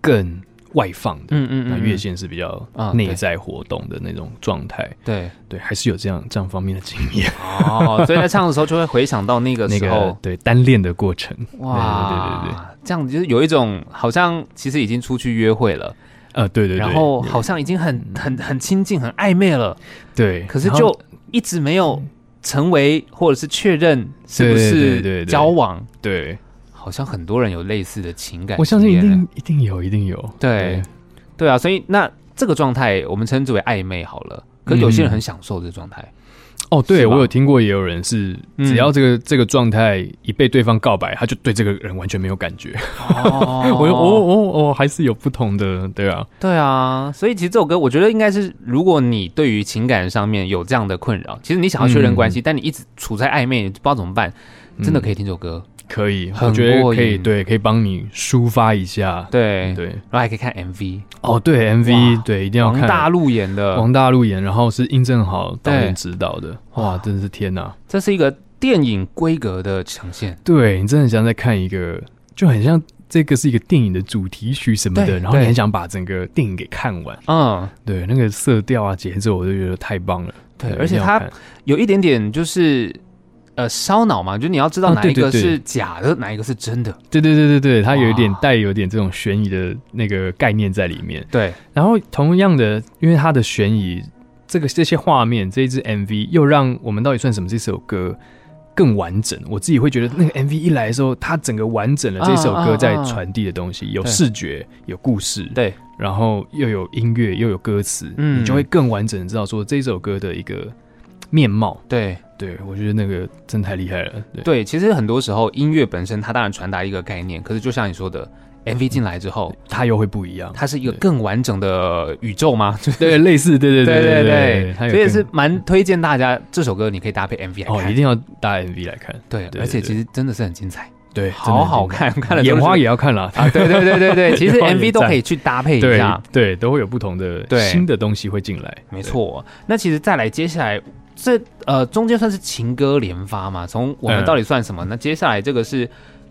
更外放的，
嗯嗯嗯，
那月
嗯
线是比较
啊
内在活动的那种状态，
对，
对，还是有这样这样方面的经验，
哦，所以在唱的时候就会回想到那个
那
时
个
候，
对单恋的过程，
哇，
对对对对对，
这样就是有一种好像其实已经出去约会了，
呃，对对对，嗯
然后好像已经很很很亲近、很暧昧了，
对，
可是
然后
就一直没有成为或者是确认是不
对对对
是
对对
交往，
对，
好像很多人有类似的情感经验，
我相信一定一定有，一定有，
对对啊，所以那这个状态我们称之为暧昧好了。可是有些人很享受这个状态，
哦，对，
是吧
我有听过，也有人是
嗯
只要这个、这个状态一被对方告白，他就对这个人完全没有感觉。
哦
我就哦哦哦，还是有不同的，对啊，
对啊，所以其实这首歌，我觉得应该是，如果你对于情感上面有这样的困扰，其实你想要确认关系，但你一直处在暧昧，你不知道怎么办，真的可
以，
以听这首歌。
可以，
很
我觉得
过瘾
可以，对，可以帮你抒发一下。
对，
对，
然后还可以看 MV，
哦，对
哇
，MV，对，一定要
王
看
大陆演的，
王大陆演，然后是殷正豪导
对
演指导的，哇，真的是天呐、
这是一个电影规格的呈现。
对你真的很像在看一个，就很像这个是一个电影的主题曲什么
对
的，然后你
对
很想把整个电影给看完。
嗯，
对，那个色调啊、节奏，我都觉得太棒了。
对，
对
而且
一定要
它
看
有一点点就是呃烧脑嘛，就你要知道
啊
哪一个
对对对
是假的，哪一个是真的。
对对对对对，它有一点
哇
带有点这种悬疑的那个概念在里面。
对，
然后同样的，因为它的悬疑，这个这些画面，这一支 MV 又让我们到底算什么这首歌更完整。我自己会觉得那个 MV 一来的时候，它整个完整了这首
啊啊啊
歌在传递的东西，有
对
视觉，有故事，
对，
然后又有音乐，又有歌词，
嗯
你就会更完整地知道说这首歌的一个面貌。
对，
对我觉得那个真太厉害了。对。
对，其实很多时候音乐本身它当然传达一个概念，可是就像你说的，MV
嗯
进来之后，
它又会不一样。
它是一个更完整的宇宙吗？就是
对，类似，对对
对
对
对，
它有
所以也
更
是蛮推荐大家这首歌，你可以搭配 MV 来
哦，
看。
一定要搭 MV 来看，
对，
对
而且
对
其实真的是很精彩，
对，
好好看，看了
真的一
都
定要，眼
是
花也要看啦。
啊！对对对对对，其实
眼花也
MV 都
赞
可以去搭配一
对
下，
对，都会有不同的
对
新的东西会进来，
没错。那其实再来，接下来这呃中间算是情歌连发嘛，从我们
嗯
到底算什么？那接下来这个是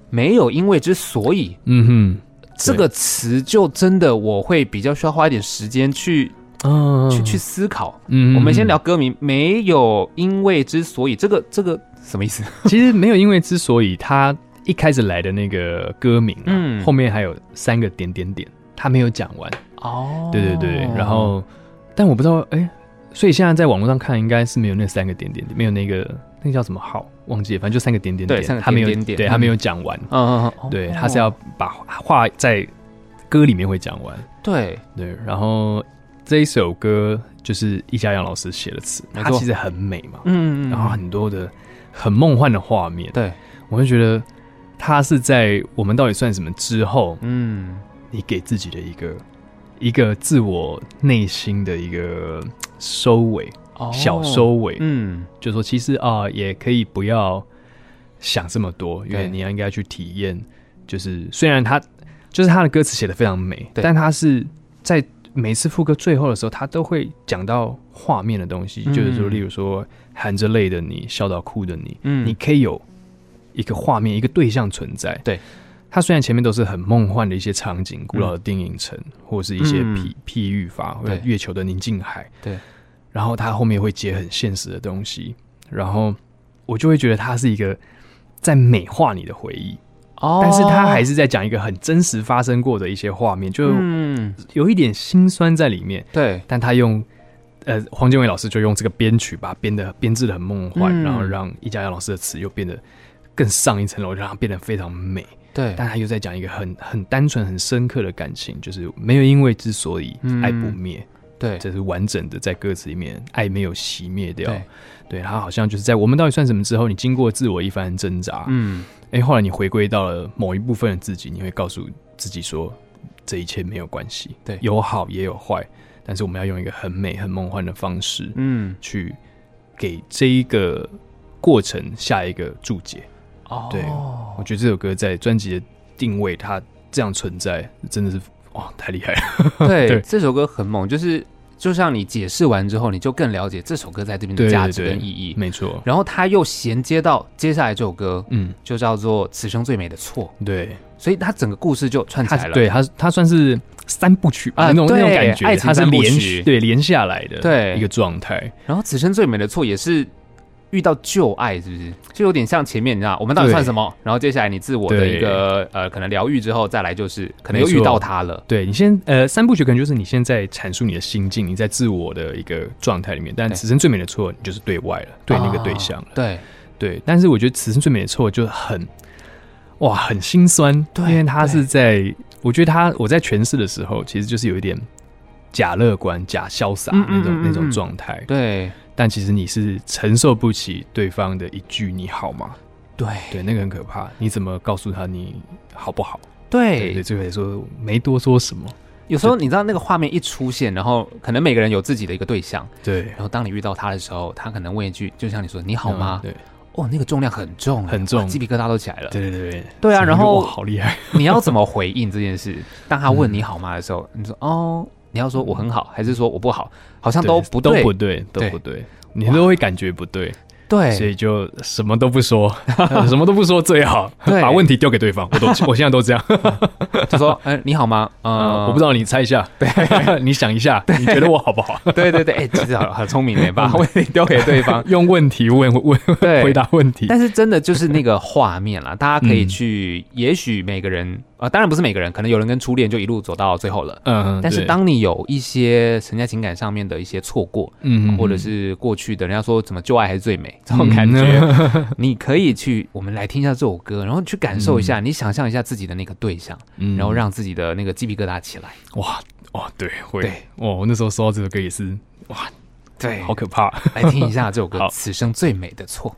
没有因为之所以，
对。嗯
这个词就真的我会比较需要花一点时间去、
哼，嗯，
去去，思考。
嗯
我们先聊。歌名，没有因为之所以这个这个什么意思？
其实没有，因为之所以他一开始来的那个歌名啊，
嗯
后面还有三个点点点，他没有讲完。
哦
对对对，然后，哦但我不知道，哎，所以现在在网络上看，应该是没有那三个点点，没有那个那个叫什么号，忘记了，反正就三个点点
对
点，
三个
他没有
点点点
对他没有讲完，
嗯嗯嗯，
对，
哦
他是要把话在歌里面会讲完，
对
对，然后这一首歌就是易家扬老师写的词，
没
它
错
其实很美嘛，
嗯，
然后很多的很梦幻的画面，
对
我就觉得它是在我们到底算什么之后，
嗯，
你给自己的一个一个自我内心的一个呃收尾，
哦
小收尾，
嗯，
就说其实啊、也可以不要想这么多，因为
对
你要应该去体验。就是虽然他就是他的歌词写的非常美，
对
但他是在每次副歌最后的时候，他都会讲到画面的东西，
嗯
就是说，例如说含着泪的你，笑到哭的你，
嗯
你可以有一个画面，一个对象存在。
对。
他虽然前面都是很梦幻的一些场景，古老的电影城，或者是一些
嗯
譬譬喻法，或者
对
月球的宁静海，
对，
然后他后面会接很现实的东西，然后我就会觉得他是一个在美化你的回忆，
哦
但是他还是在讲一个很真实发生过的一些画面，就
嗯，
有一点心酸在里面。
对，
但他用呃黄建伟老师就用这个编曲把它编的编制的很梦幻，
嗯
然后让易家耀老师的词又变得更上一层楼，让它变得非常美。
对，
但他又在讲一个很很单纯、很深刻的感情，就是没有因为之所以
嗯
爱不灭，
对，
这是完整的在歌词里面，爱没有熄灭掉。
对
对他好像就是在我们到底算什么之后，你经过自我一番挣扎，哎、
嗯，
后来你回归到了某一部分的自己，你会告诉自己说，这一切没有关系，
对
有好也有坏，但是我们要用一个很美、很梦幻的方式
嗯，
去给这一个过程下一个注解。
哦
对我觉得这首歌在专辑的定位，它这样存在，真的是哇，太厉害了。
对，
对
这首歌很猛，就是就像你解释完之后，你就更了解这首歌在这边的
对
价
对
值
对
跟意义。
没错，
然后它又衔接到接下来这首歌，
嗯，
就叫做《此生最美的错
对，》，
所以它整个故事就串起
它
来了。
对它它算是三部曲吧
啊
那种那种
对
感觉，
爱情
它是
三部
连
曲
续对连下来的
对
一个状态。
然后《此生最美的错》也是遇到旧爱，是不是？就有点像前面你知道，我们到底
对
算什么？然后接下来你自我的
对
一个呃，可能疗愈之后，再来就是可能又
没错
遇到他了。
对你先呃，三部曲可能就是你现在阐述你的心境，你在自我的一个状态里面。但
对
此生最美的错，你就是对外了，对那个
啊
对象了。
对，
对，但是我觉得此生最美的错就很哇，很心酸，
对
因为他
对
是在我觉得他我在诠释的时候，其实就是有一点假乐观、假潇洒
嗯
那种、
嗯嗯
那
嗯
种
嗯
状态，
对，
但其实你是承受不起对方的一句“你好吗”。
对，
对，那个很可怕。你怎么告诉他你好不好？对对，
对。
最后也说没多说什么。
有时候你知道那个画面一出现，然后可能每个人有自己的一个对象，
对，
然后当你遇到他的时候，他可能问一句，就像你说“你好吗
嗯对”，
哦，那个重量很重，
很重
哇鸡皮疙瘩都起来了。
对对对
对啊
整
然
个就
后
哇好厉害。
你要怎么回应这件事？当他问你好吗的时
嗯
候，你说哦，你要说我很好，还是说我不好？好像都
对
不
都
对，
不对，都
对
不对，你都会感觉不对，所
对
以就什么都 不说，什么都不说最好，
对
把问题丢给对方。我都我现在都这样，
就说嗯、呃你好吗？呃，
我不知道你猜一下，对， 你想一下，你觉得我好不好？。
道。对对对，哎、其实好很聪明的， 把问题丢给对方
用问题问问
对，
回答问题，
但是真的就是那个画面啦，大家可以去，
嗯
也许每个人呃，当然不是每个人，可能有人跟初恋就一路走到最后了。
嗯，
但是
对
当你有一些人在情感上面的一些错过，
嗯
或者是过去的人家说怎么旧爱还是最美这种感觉， 你可以去我们来听一下这首歌，然后去感受一下，你想象一下自己的那个对象，
嗯
然后让自己的那个鸡皮疙瘩起来。
哇哇对会
对
哇，我那时候收到这首歌也是哇，
对
好可 怕。
来听一下这首歌
好
《此生最美的错》。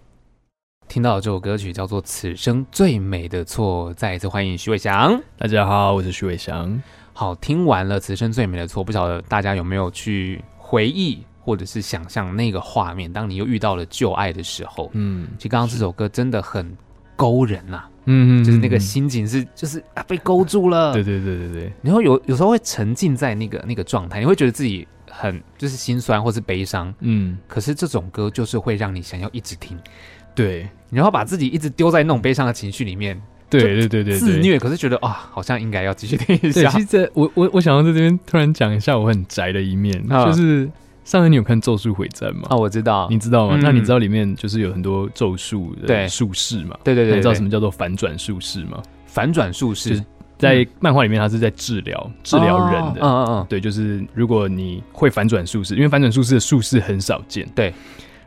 听到这首歌曲叫做《此生最美的错》，再一次欢迎徐伟翔。
大家好，我是徐伟翔。
好，听完了《此生最美的错》，不晓得大家有没有去回忆或者是想象那个画面？当你又遇到了旧爱的时候，
嗯
其实刚刚这首歌真的很勾人呐、
嗯
就是那个心情是就是啊被勾住了，
对对对对对，
然后有有时候会沉浸在那个那个状态，你会觉得自己很就是心酸或是悲伤，
嗯，
可是这种歌就是会让你想要一直听，
对
然后把自己一直丢在那种悲伤的情绪里面
对
就
对对对
自
对。
虐，可是觉得啊好像应该要继续听一
对，
下
其，实这我我我想要在这边突然讲一下我很宅的一面，
啊
就是上回你有看《咒术回战》吗
啊？我知道，
你知道吗？
嗯
那你知道里面就是有很多咒术的
对
术士嘛？
对对
那
对
你知道什
么
么叫做反转术士吗？
反转术
就是是在漫画里面，他是在治疗治疗人的，
嗯哦嗯嗯嗯，
对，就是如果你会反转术士，因为反转术士的术士很少见，
对。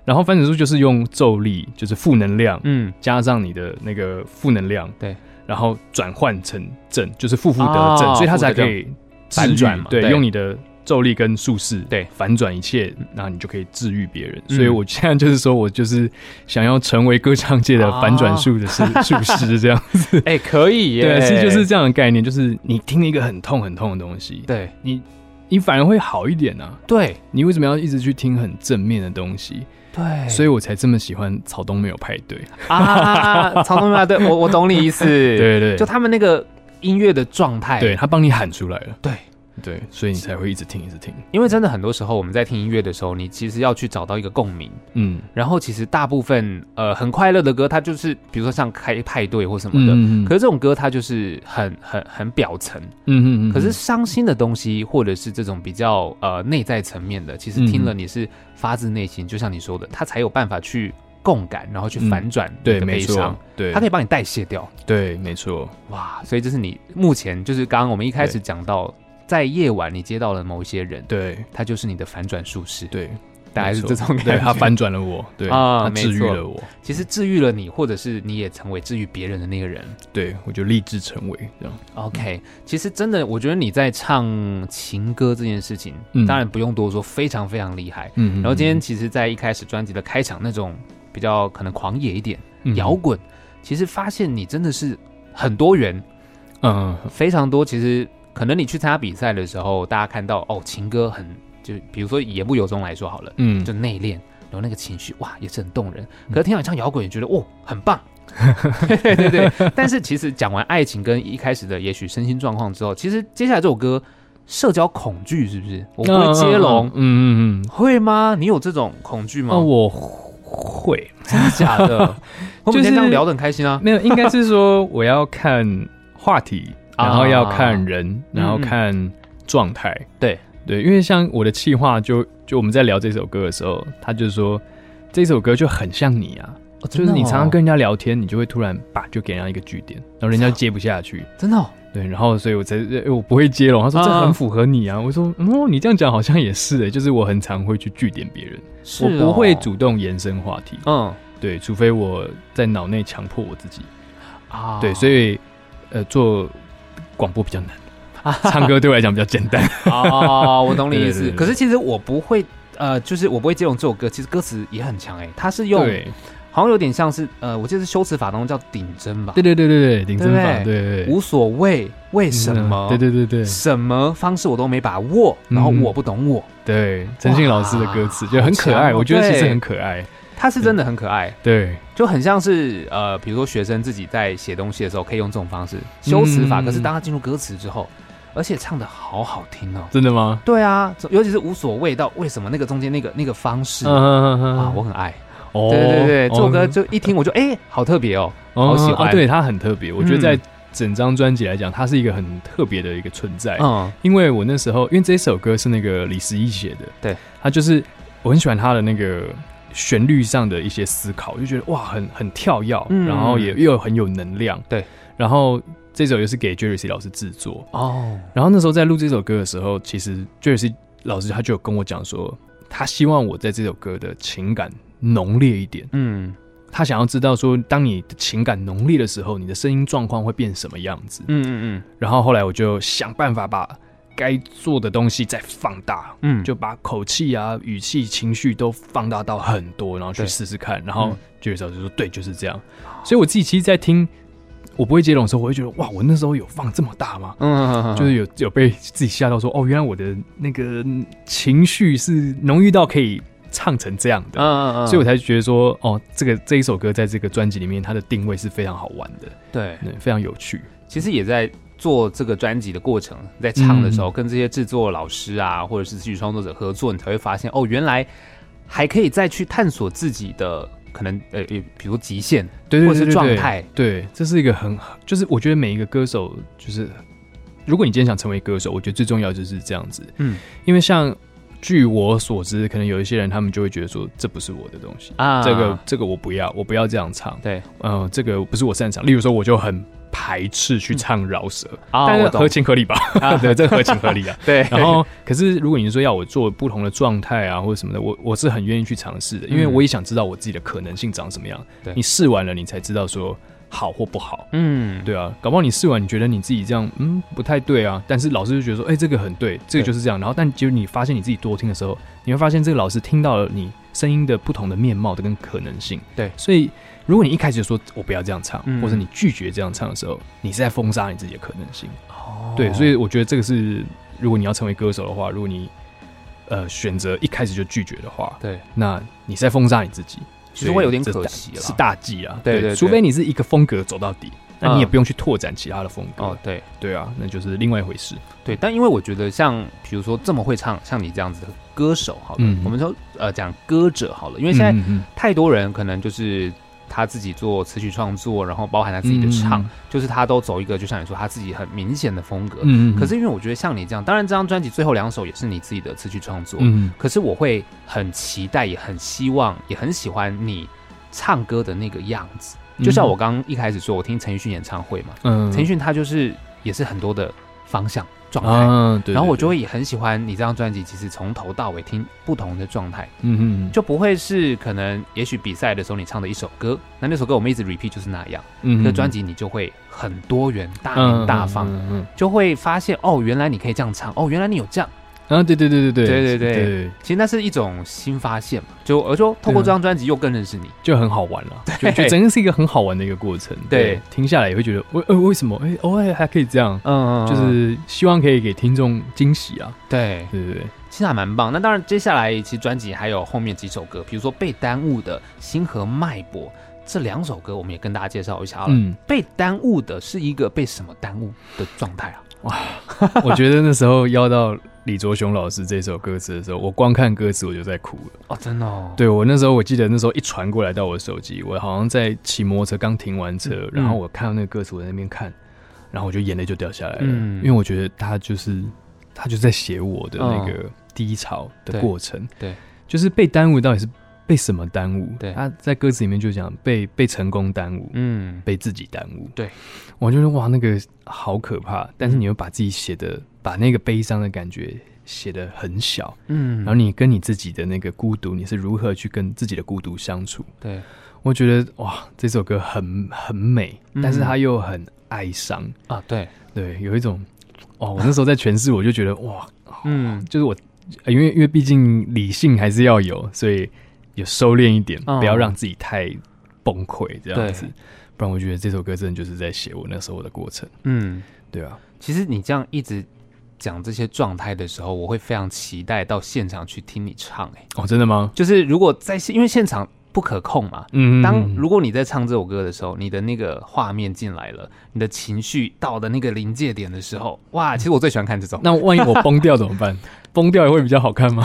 然后反转术就是用咒力，就是负能量，
嗯
加上你的那个负能量，
对，
然后转换成正，就是负负得正，
哦
所以它才可以
负得正
治
反
愈
转嘛
对，
对
用你的咒力跟术士
对
反转一切，那你就可以治愈别人。
嗯
所以我现在就是说我就是想要成为歌唱界的
哦
反转术 的术术师，这样
哎、可以耶，
对，是就是这样的概念，就是你听了一个很痛很痛的东西，
对
你你反而会好一点啊。
对
你为什么要一直去听很正面的东西？
对，
所以我才这么喜欢草东没有派对。
啊， 曹东啊，对我我懂你意思，
对对，
就他们那个音乐的状态，
对他帮你喊出来了。
对
对，所以你才会一直听一直听。
因为真的很多时候我们在听音乐的时候，你其实要去找到一个共鸣。
嗯，
然后其实大部分呃很快乐的歌，它就是比如说像开派对或什么的，
嗯
可是这种歌它就是很很很表层。
嗯
可是伤心的东西或者是这种比较呃内在层面的，其实
嗯
听了你是发自内心，就像你说的，它才有办法去共感，然后去反转你
嗯对，
的悲
没
伤
错，，对
它，可以帮你代谢掉。
对，没错，
哇，所以这是你目前就是刚刚我们一开始讲到，在夜晚你接到了某些人，
对
他就是你的反转术士，
对，
大概是
没错
这种
对
感
他
觉。
翻转了我，对，
啊
他治
没
愈
错
了我，
其实治愈了你，或者是你也成为治愈别人的那个人。
对我就立志成为这样。
OK，其实真的，我觉得你在唱情歌这件事情，
嗯
当然不用多说，非常非常厉害。
嗯
然后今天其实，在一开始专辑的开场那种比较可能狂野一点、
天
摇，滚，其实发现你真的是很多元，
嗯
非常多。其实可能你去参加比赛的时候，大家看到哦，情歌很就比如说以言不由衷来说好了，
嗯，
就内敛，然后那个情绪哇也是很动人。可是听到你唱摇滚，也觉得哦很 棒。对对对，但是其实讲完爱情跟一开始的也许身心状况之后，其实接下来这首歌社交恐惧是不是？我
我
不会接龙，
嗯哦嗯嗯，
会吗？你有这种恐惧吗？
那我会
真的假 的？我们今天这样聊得很开心啊。
没有，应该是说我要看话题，
啊
然后要看人，然后
嗯嗯嗯
看状态。
对
对，因为像我的气话就就我们在聊这首歌的时候，他就说这首歌就很像你啊，
哦
就是你常常跟人家聊天，你就会突然吧就给人家一个据点，然后人家接不下 去。
真的哦、
对，然后所以我才呃我不会接龙。他说
啊
这很符合你啊，我说哦，你这样讲好像也是诶、欸就是我很常会去据点别人，
是哦
我不会主动延伸话题，
嗯
对，除非我在脑内强迫我自己。
啊
对，所以呃，做广播比较难，唱歌对我来讲比较简单。
哦，我懂你意思。
对对对对
可是其实我不会，呃，就是我不会接龙这首歌，其实歌词也很强哎、它是用
对，
好像有点像是呃，我记得是修辞法当中叫顶针吧，
对对对对对，顶针法，
对不
对对对，
无所谓为什么，
对对对对
什么方式我都没把握，然后
嗯
我不懂我，
对，陈信老师的歌词就很可
好
爱，
强哦
我觉得其实
对
很可爱。
它是真的很可爱。
对，
就很像是呃，比如说学生自己在写东西的时候，可以用这种方式修辞法。
嗯
可是当他进入歌词之后，而且唱的好好听哦。
真的吗？
对啊，尤其是无所谓到为什么那个中间那个那个方式、
嗯嗯
啊，我很爱。
哦
对对对，这首歌
哦
就一听我就哎、好特别哦。
哦
好喜欢
哦对它很特别，我觉得
嗯
在整张专辑来讲，它是一个很特别的一个存在。
嗯，
因为我那时候，因为这首歌是那个李十一写的，
对，
他就是我很喜欢他的那个旋律上的一些思考，就觉得哇，很很跳跃，
嗯
然后也又很有能量，
对。
然后这首也是给 Jersey 老师制作，
哦，
然后那时候在录这首歌的时候，其实 Jersey 老师他就有跟我讲说，他希望我在这首歌的情感浓烈一点，
嗯
他想要知道说，当你的情感浓烈的时候，你的声音状况会变什么样子。
嗯嗯
然后后来我就想办法把该做的东西再放大，
嗯，
就把口气啊、语气、情绪都放大到很多，然后去
对
试试看。然后
嗯
就有时候就说对，就是这样。所以我自己其实，在听我不会接龙的时候，我会觉得哇，我那时候有放这么大吗？
嗯，
就是有有被自己吓到说，哦，原来我的那个情绪是浓郁到可以唱成这样的。
嗯嗯嗯，
所以我才觉得说，哦，这个这一首歌在这个专辑里面，它的定位是非常好玩的，
对，
对，非常有趣。
其实也在做这个专辑的过程，在唱的时候，跟这些制作老师啊，或者是词曲创作者合作，你才会发现哦，原来还可以再去探索自己的可能呃，也比如极限，
对对
或者是
对对
状
对
态
对，这是一个很，就是我觉得每一个歌手，就是如果你今天想成为歌手，我觉得最重要就是这样子，
嗯
因为像据我所知，可能有一些人他们就会觉得说，这不是我的东西，
啊，
这个这个我不要，我不要这样唱，
对，
嗯、这个不是我擅长。例如说，我就很排斥去唱饶舌，
嗯啊
但是
我懂
合情合理吧？ 对，这合情合理啊。
对，
然后，可是如果你说要我做不同的状态啊，或者什么的，我我是很愿意去尝试的，因为
嗯
我也想知道我自己的可能性长什么样
对。
你试完了，你才知道说好或不好。
嗯，
对啊，搞不好你试完你觉得你自己这样，嗯，不太对啊，但是老师就觉得说，哎、这个很对，这个就是这样。然后，但结果你发现你自己多听的时候，你会发现这个老师听到了你声音的不同的面貌的跟可能性。
对
所以如果你一开始就说我不要这样唱，
嗯
或者你拒绝这样唱的时候，你是在封杀你自己的可能性。
哦
对，所以我觉得这个是，如果你要成为歌手的话，如果你呃选择一开始就拒绝的话，
对，
那你是在封杀你自己，
其实会有点
所以这
可
是大
惜
是
了。
大忌啊。
对对对
除非你是一个风格走到底，那
嗯
你也不用去拓展其他的风格。
哦，对
对啊，那就是另外一回事。
对，但因为我觉得像比如说这么会唱，像你这样子的歌手好了，
嗯
我们说呃讲歌者好了，因为现在
嗯嗯
太多人可能就是他自己做词曲创作，然后包含他自己的唱，
嗯
就是他都走一个就像你说他自己很明显的风格。
嗯嗯嗯
可是因为我觉得像你这样，当然这张专辑最后两首也是你自己的词曲创作，
嗯，
可是我会很期待，也很希望，也很喜欢你唱歌的那个样子。就像我刚刚一开始说，我听陈奕迅演唱会嘛，
嗯
陈奕迅他就是也是很多的方向状态。
啊，对，
然后我就
会
会也很喜欢你这张专辑，其实从头到尾听不同的状态，
嗯嗯
就不会是可能也许比赛的时候你唱的一首歌，那那首歌我们一直 repeat 就是那样，
嗯
可是专辑你就会很多元、大明大放，
嗯嗯
就会发现哦，原来你可以这样唱，哦，原来你有这样。
嗯啊，对对对对
对对对
对，
其实那是一种新发现嘛，就我就透过
嗯
这张专辑又更认识你。
就很好玩了，就
对
就真的是一个很好玩的一个过程。
对，
听下来也会觉得，为呃为什么哎偶尔还可以这样，
嗯，
就是希望可以给听众惊喜啊，
对，
对对对，
其实还蛮棒。那当然，接下来其实专辑还有后面几首歌，比如说被耽误的《星河脉搏》这两首歌，我们也跟大家介绍一下好了。
嗯，
被耽误的是一个被什么耽误的状态啊？
我觉得那时候邀到李卓雄老师这首歌词的时候，我光看歌词我就在哭了。
哦，真的哦，
对我那时候我记得那时候一传过来到我手机，我好像在骑摩托车刚停完
嗯
车，然后我看到那个歌词我在那边看，然后我就眼泪就掉下来了，
嗯
因为我觉得他就是他就在写我的那个低潮的过程，
嗯对对
就是被耽误到底是被什么耽误？
对
他在歌词里面就讲被被成功耽误，
嗯，
被自己耽误。
对，嗯
我就说哇，那个好可怕。但是你又把自己写的，把那个悲伤的感觉写的很小，
嗯，
然后你跟你自己的那个孤独，你是如何去跟自己的孤独相处？
对，
我觉得哇，这首歌很很美，
嗯
但是它又很哀伤。
啊，对，
对，有一种哦，我那时候在诠释，我就觉得哇，
嗯，
就是我，呃因为因为毕竟理性还是要有，所以有收敛一点，
嗯
不要让自己太崩溃这样子
对。
不然我觉得这首歌真的就是在写我那时候的过程，
嗯，
对啊，
其实你这样一直讲这些状态的时候，我会非常期待到现场去听你唱、欸。
哦，真的吗？
就是如果在现因为现场不可控嘛，
嗯，
当如果你在唱这首歌的时候，你的那个画面进来了，你的情绪到的那个临界点的时候，哇，其实我最喜欢看这种，
那万一我崩掉怎么 办？崩掉也会比较好看吗？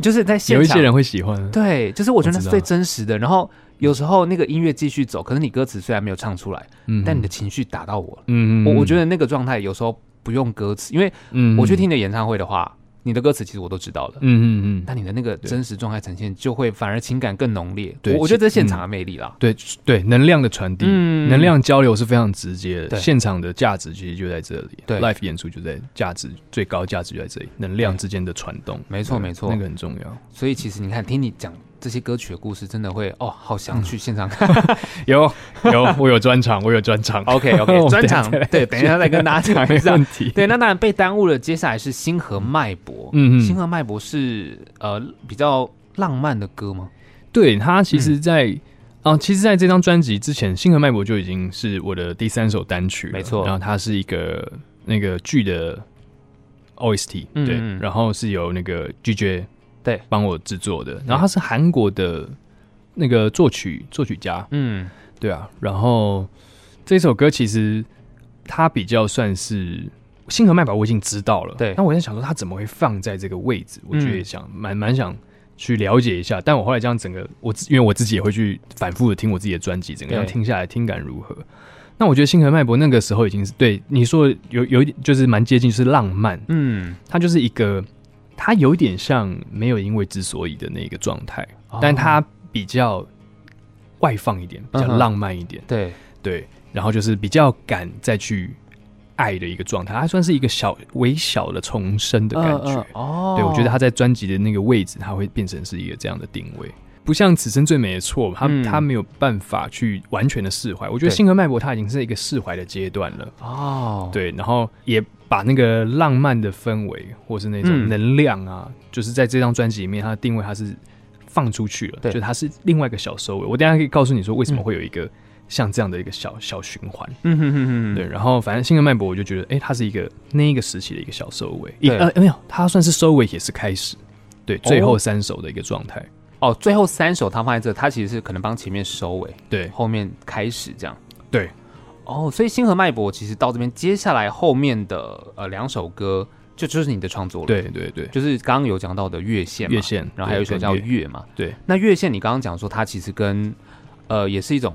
就是在现
有
场，
一些人会喜欢啊，
对，就是我觉得那
我知
是
道
最真实的。然后有时候那个音乐继续走，可是你歌词虽然没有唱出来，
嗯
但你的情绪打到我了。
嗯
我我觉
得，
得那个状态有时候不用歌词，因为
嗯
我去，听你的演唱会的话，你的歌词其实我都知道了。
嗯嗯嗯，
但你的那个真实状态呈现，就会反而情感更浓烈。
对
我我觉得
其
这是现场的魅力啦。
对对，能量的传递，
嗯
能量交流是非常直接的，
对
现场的价值其实就在这里，
对
，live 演出就在价值最高价值就在这里，能量之间的传动，
没错
对
没错
那个很重要。
所以其实你看，听你讲这些歌曲的故事，真的会哦，好想去现场看。
有有，我有专场，我有专场
OK
我
OK，
们
专
等下
场
再来
对，哦等一下再跟大家讲
没
一下。
问题。
对，那当然被耽误了。接下来是星河脉搏，
嗯嗯
星河脉搏是呃比较浪漫的歌吗？
对他其
嗯
实在，啊，其实在这张专辑之前，《星河脉搏》就已经是我的第三首单曲了，
没错
然后它是一个那个剧的 OST，
嗯
对，
嗯
然后是由那个 GJ
对
帮我制作的，然后他是韩国的那个作曲作曲家，
嗯，
对啊，然后这首歌其实它比较算是星河脉搏，我已经知道了。
对
那我在想说它怎么会放在这个位置？我就
嗯
也想蛮蛮想去了解一下。但我后来这样整个我自因为我自己也会去反复的听我自己的专辑，整个这样
对
听下来听感如何？那我觉得星河脉搏那个时候已经是对你说的有有一点就是蛮接近，就是浪漫，
嗯，
它就是一个它有一点像没有因为之所以的那个状态，
哦
但它比较外放一点，比较
嗯哼
浪漫一点。
对，
对，然后就是比较敢再去爱的一个状态，它算是一个小微小的重生的感
嗯
觉。
嗯哦，
对，我觉得他在专辑的那个位置，他会变成是一个这样的定位。不像此生最美的错，他、
嗯
他没有办法去完全的释怀。我觉得
对
星河脉搏他已经是一个释怀的阶段了，
哦，
对，然后也把那个浪漫的氛围或是那种
嗯
能量啊，就是在这张专辑里面，它的定位它是放出去了，
对
就它是另外一个小收尾。我等一下可以告诉你说为什么会有一个像这样的一个小、小循环。
嗯哼哼哼，
对，然后反正《星河脉搏》，我就觉得，哎、它是一个那一个时期的一个小收尾，也
对
呃没有，它算是收尾也是开始，对，最后三首的一个状态，
哦，最后三首他放在这，他其实是可能帮前面收尾，
对
后面开始这样。
对，
哦，所以星河脉搏其实到这边，接下来后面的呃两首歌就就是你的创作了，，
对对对，
就是刚刚有讲到的月线嘛，
月线，
然后还有一首
对
叫
跟月
月嘛，
对，
那月线你刚刚讲说它其实跟呃也是一种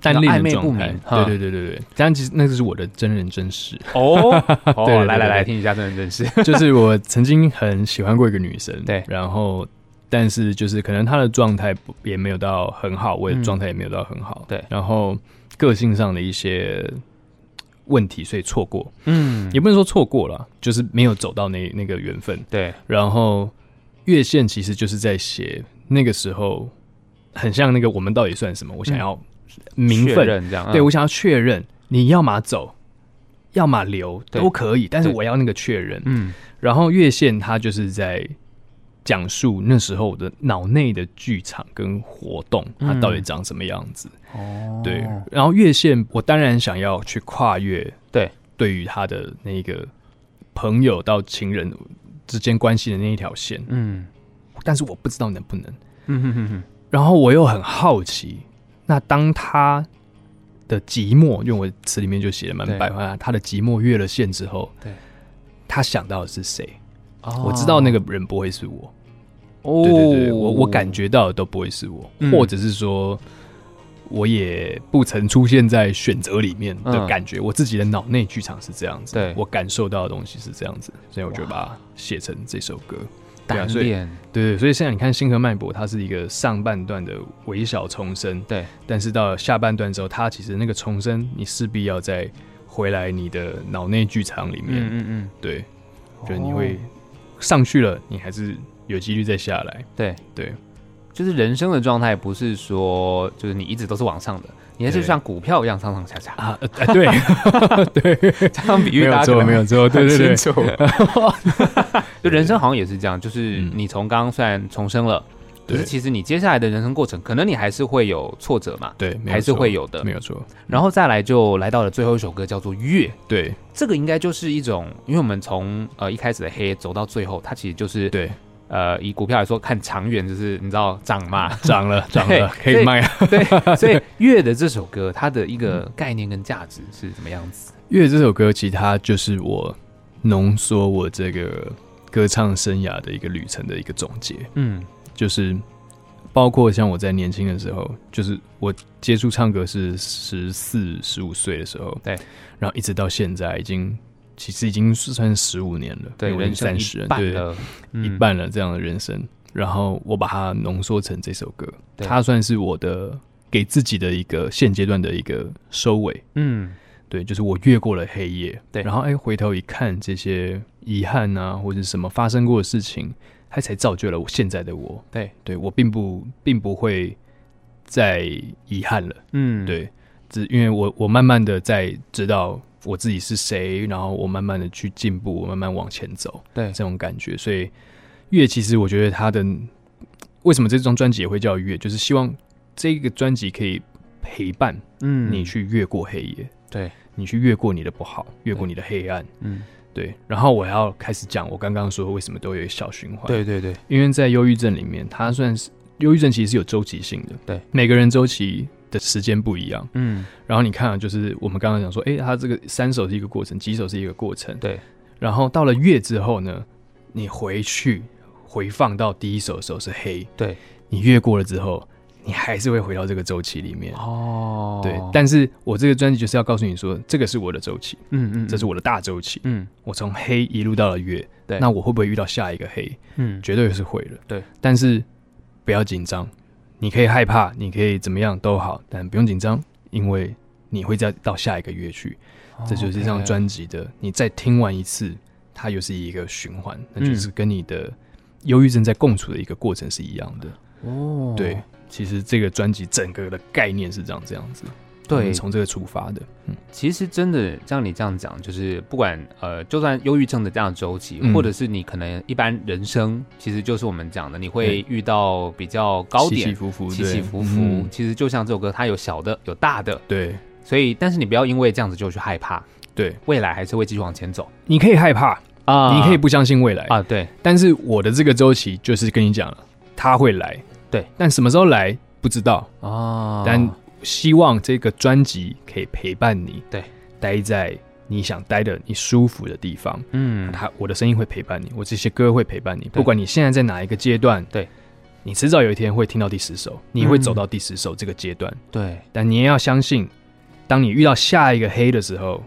单恋
暧
的
昧不
状态
明，
对
哈
对对对对，但其实那个是我的真人真事，
哦，哦
对对
来来
对
来
对
听一下，真人真事，
就是我曾经很喜欢过一个女生，
对
然后但是就是可能她的状态不也没有到很好，我的状态也没有到很好，
嗯对
然后个性上的一些问题，所以错过，
嗯，
也不能说错过了，就是没有走到那那个缘分。
对，
然后月线其实就是在写那个时候，很像那个我们到底算什么？我想要名
嗯确
分，
认这样，嗯
对我想要确认，你要么走，要么留
对
都可以，但是
对
我要那个确认。
嗯
然后月线它就是在讲述那时候我的脑内的剧场跟活动，它
嗯
到底长什么样子。
哦
对，然后越线，我当然想要去跨越，
对，
对于他的那个朋友到情人之间关系的那一条线，
嗯
但是我不知道能不能。
嗯哼哼哼，
然后我又很好奇，那当他的寂寞，用我词里面就写的蛮
对
白话，他的寂寞越了线之后，
对，
他想到的是谁？
哦
我知道那个人不会是我，
哦，
对对对，我我感觉到的都不会是我，
嗯
或者是说，我也不曾出现在选择里面的
嗯
感觉。我自己的脑内剧场是这样子，
对
我感受到的东西是这样子，所以我就把它写成这首歌。对啊
单
所以
恋，
对对，所以现在你看《星河脉搏》，它是一个上半段的微小重生，
对，
但是到了下半段之后，它其实那个重生，你势必要再回来你的脑内剧场里面，
嗯嗯
对，
嗯，
就是你
哦
会上去了，你还是有几率再下 来，
对
对，
就是人生的状态不是说就是你一直都是往上的，你还是
对
像股票一样上上下下。
啊，呃哎对对，
这样比
没
喻大
有
家可
错，
能
没有错，对
很
对对，
清楚。就人生好像也是这样，就是
嗯
你从刚刚虽然重生了，可是
对
其实你接下来的人生过程，可能你还是会有挫折嘛，
对，没有
还是
错
会有的
没。有错，
然后再来就来到了最后一首歌，叫做《月》。
对
这个应该就是一种，因为我们从呃一开始的黑走到最后，它其实就是
对，
呃以股票来说，看长远就是你知道啊涨嘛，
涨 了涨了，可
所
以
以
卖啊。
对，所以《月》的这首歌，它的一个概念跟价值是怎么样子？
月这首歌，其实它就是我浓缩我这个歌唱生涯的一个旅程的一个总结，
嗯，
就是包括像我在年轻的时候，就是我接触唱歌是十四十五岁的时候，
对，
然后一直到现在已经。其实已经是算十五年了，
对，
因为我已
人
经
生
三十
一
了，
半
对，
了，嗯
一半了这样的人生，然后我把它浓缩成这首歌，
对
它算是我的给自己的一个现阶段的一个收尾。
嗯，
对，就是我越过了黑夜，
对
然后哎，回头一看这些遗憾啊，或者是什么发生过的事情，它才造就了我现在的我。
对，
对我并不并不会再遗憾了，
嗯，
对，只因为我我慢慢的在知道我自己是谁，然后我慢慢的去进步，我慢慢往前走。
对，
这种感觉。所以月其实我觉得他的为什么这张专辑也会叫月，就是希望这个专辑可以陪伴
嗯
你，去越过黑夜，
对，
你去越过你的不好，越过你的黑暗。
嗯，
对，然后我要开始讲我刚刚说为什么都有一个小循环。，
对对对，
因为在忧郁症里面，它算是忧郁症其实是有周期性的，
对，
每个人周期的时间不一样。
嗯，
然后你看、啊，就是我们刚刚讲说，诶，它这个三首是一个过程，几首是一个过程，
对。
然后到了月之后呢，你回去回放到第一首的时候是黑，
对，
你越过了之后，你还是会回到这个周期里面。
哦，
对，但是我这个专辑就是要告诉你说，这个是我的周期，
嗯嗯，
这是我的大周期。
嗯
我从黑一路到了月，
对
那我会不会遇到下一个黑？
嗯，
绝对是会的。
对，
但是不要紧张，你可以害怕，你可以怎么样都好，但不用紧张，因为你会再到下一个月去。这就是这
哦
张
OK
专辑的，你再听完一次，它
嗯
又是一个循环，那就是跟你的忧郁症在共处的一个过程是一样的。
哦，
对，其实这个专辑整个的概念是这样这样子，我
对
们，从这个出发的，嗯，
其实真的像你这样讲，就是不管呃，就算忧郁症的这样的周期，
嗯
或者是你可能一般人生，其实就是我们讲的，你会遇到比较高
起起
点。
伏伏，
起
对
起伏伏，
嗯
其实就像这首歌，它有小的，有大的，
对
所以，但是你不要因为这样子就去害怕，
对，
未来还是会继续往前走
你可以害怕，
啊
你可以不相信未来，
啊，对，
但是我的这个周期就是跟你讲了，它会来，
对，
但什么时候来不知道，
哦，
但希望这个专辑可以陪伴你，
对，
待在你想待的、你舒服的地方。
嗯，
他我的声音会陪伴你，我这些歌会陪伴你，
对
不管你现在在哪一个阶段，
对，嗯
你迟早有一天会听到第十首，你会走到第十首这个阶段，
对，
但你也要相信，当你遇到下一个黑的时候，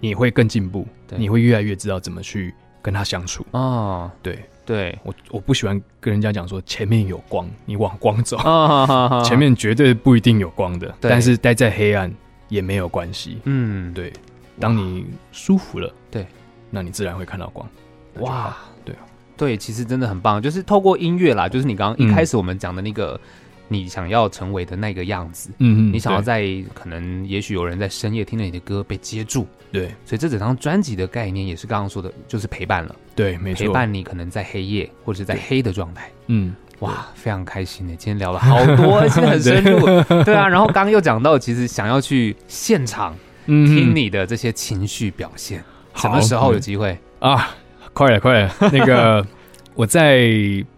你会更进步，
对
你会越来越知道怎么去跟他相处。
哦，
对
对，
我，我不喜欢跟人家讲说前面有光，你往光走，
啊，
前，面绝对不一定有光的，
对
但是待在黑暗也没有关系。
嗯，
对，当你舒服了，
对，
那你自然会看到光。那就好
哇，
对啊，
对，其实真的很棒，就是透过音乐啦，就是你刚刚一
嗯
开始我们讲的那个，你想要成为的那个样子，
嗯嗯，
你想要
对
在可能也许有人在深夜听了你的歌被接住，
对
所以这整张专辑的概念也是刚刚说的，就是陪伴了，
对，没
陪
错，
伴你可能在黑夜或者是在黑的状态。
嗯，
哇，非常开心呢！今天聊 了好多，而且很深入。对啊，然后刚刚又讲到，其实想要去现场
嗯
听你的这些情绪表现，什么时候有机会？
啊？快了，快 了，那个我在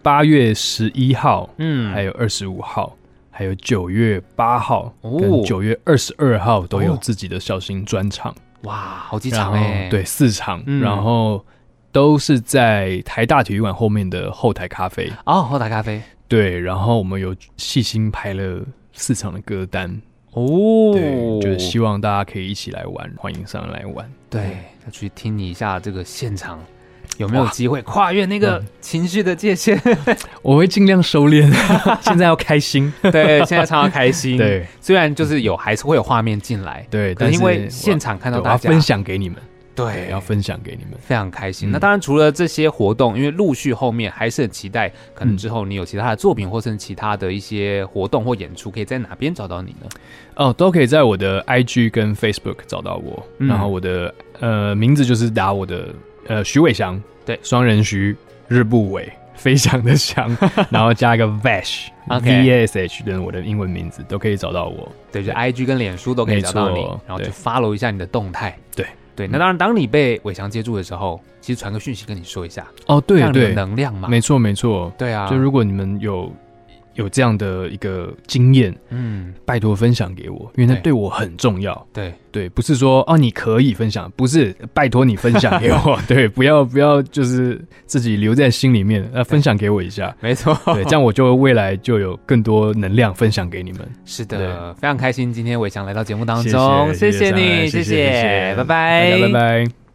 八月十一号，
嗯，
还有二十五号，还有九月八号
哦
跟九月二十二号都有
哦
自己的小型专场，
哇，好几
然
场
后
哎，
对四场，
嗯
然后都是在台大体育馆后面的后台咖啡，
哦，后打咖啡
对，然后我们有细心排了四场的歌单，
哦
对，就是希望大家可以一起来玩，欢迎上来玩。
对，要去听你一下这个现场。有没有机会跨越那个情绪的界限？
我会尽量收敛， 现在要 开心。
对，现在常常开心。，
对
虽然就是有，还是会有画面进来，
对，
可
但
能
是
因为现场看
我
到
要我
大
要
家
分，享给你们，
对
对，，要分享给你们。
非常开心。
嗯
那当然，除了这些活动，因为陆续后面还是很期待，可能
嗯
之后你有其他的作品，或是其他的一些活动或演出，可以在哪边找到你呢？
哦，都可以在我的 IG 跟 Facebook 找到我，
嗯
然后我的呃名字就是打我的呃徐伟翔，
对
双人徐日不伟。 飞翔 的翔，然后加一个 Vash
OK
V A S H 的我的英文名字都可以找到我。
对，就 IG 跟脸书都可以找到你
没错，
然后
对
就 follow 一下你的动态。
对嗯
对，那当然，当你被伟翔接住的时候，其实传个讯息跟你说一下，
哦，对
让你有
对，
能量嘛。
没错没错。
对啊，
就如果你们有有这样的一个经验，
嗯，
拜托分享给我，因为那
对
对我很重要。
对，
对，不是说哦你可以分享，不是拜托你分享给我，对，不要不要就是自己留在心里面，呃，分享给我一下，
没错，
对，这样我就未来就有更多能量分享给你们。
是
对
的，非常开心今天伟翔来到节目当中，
谢
谢
谢
你，
谢
谢，拜
大
拜，
家拜拜。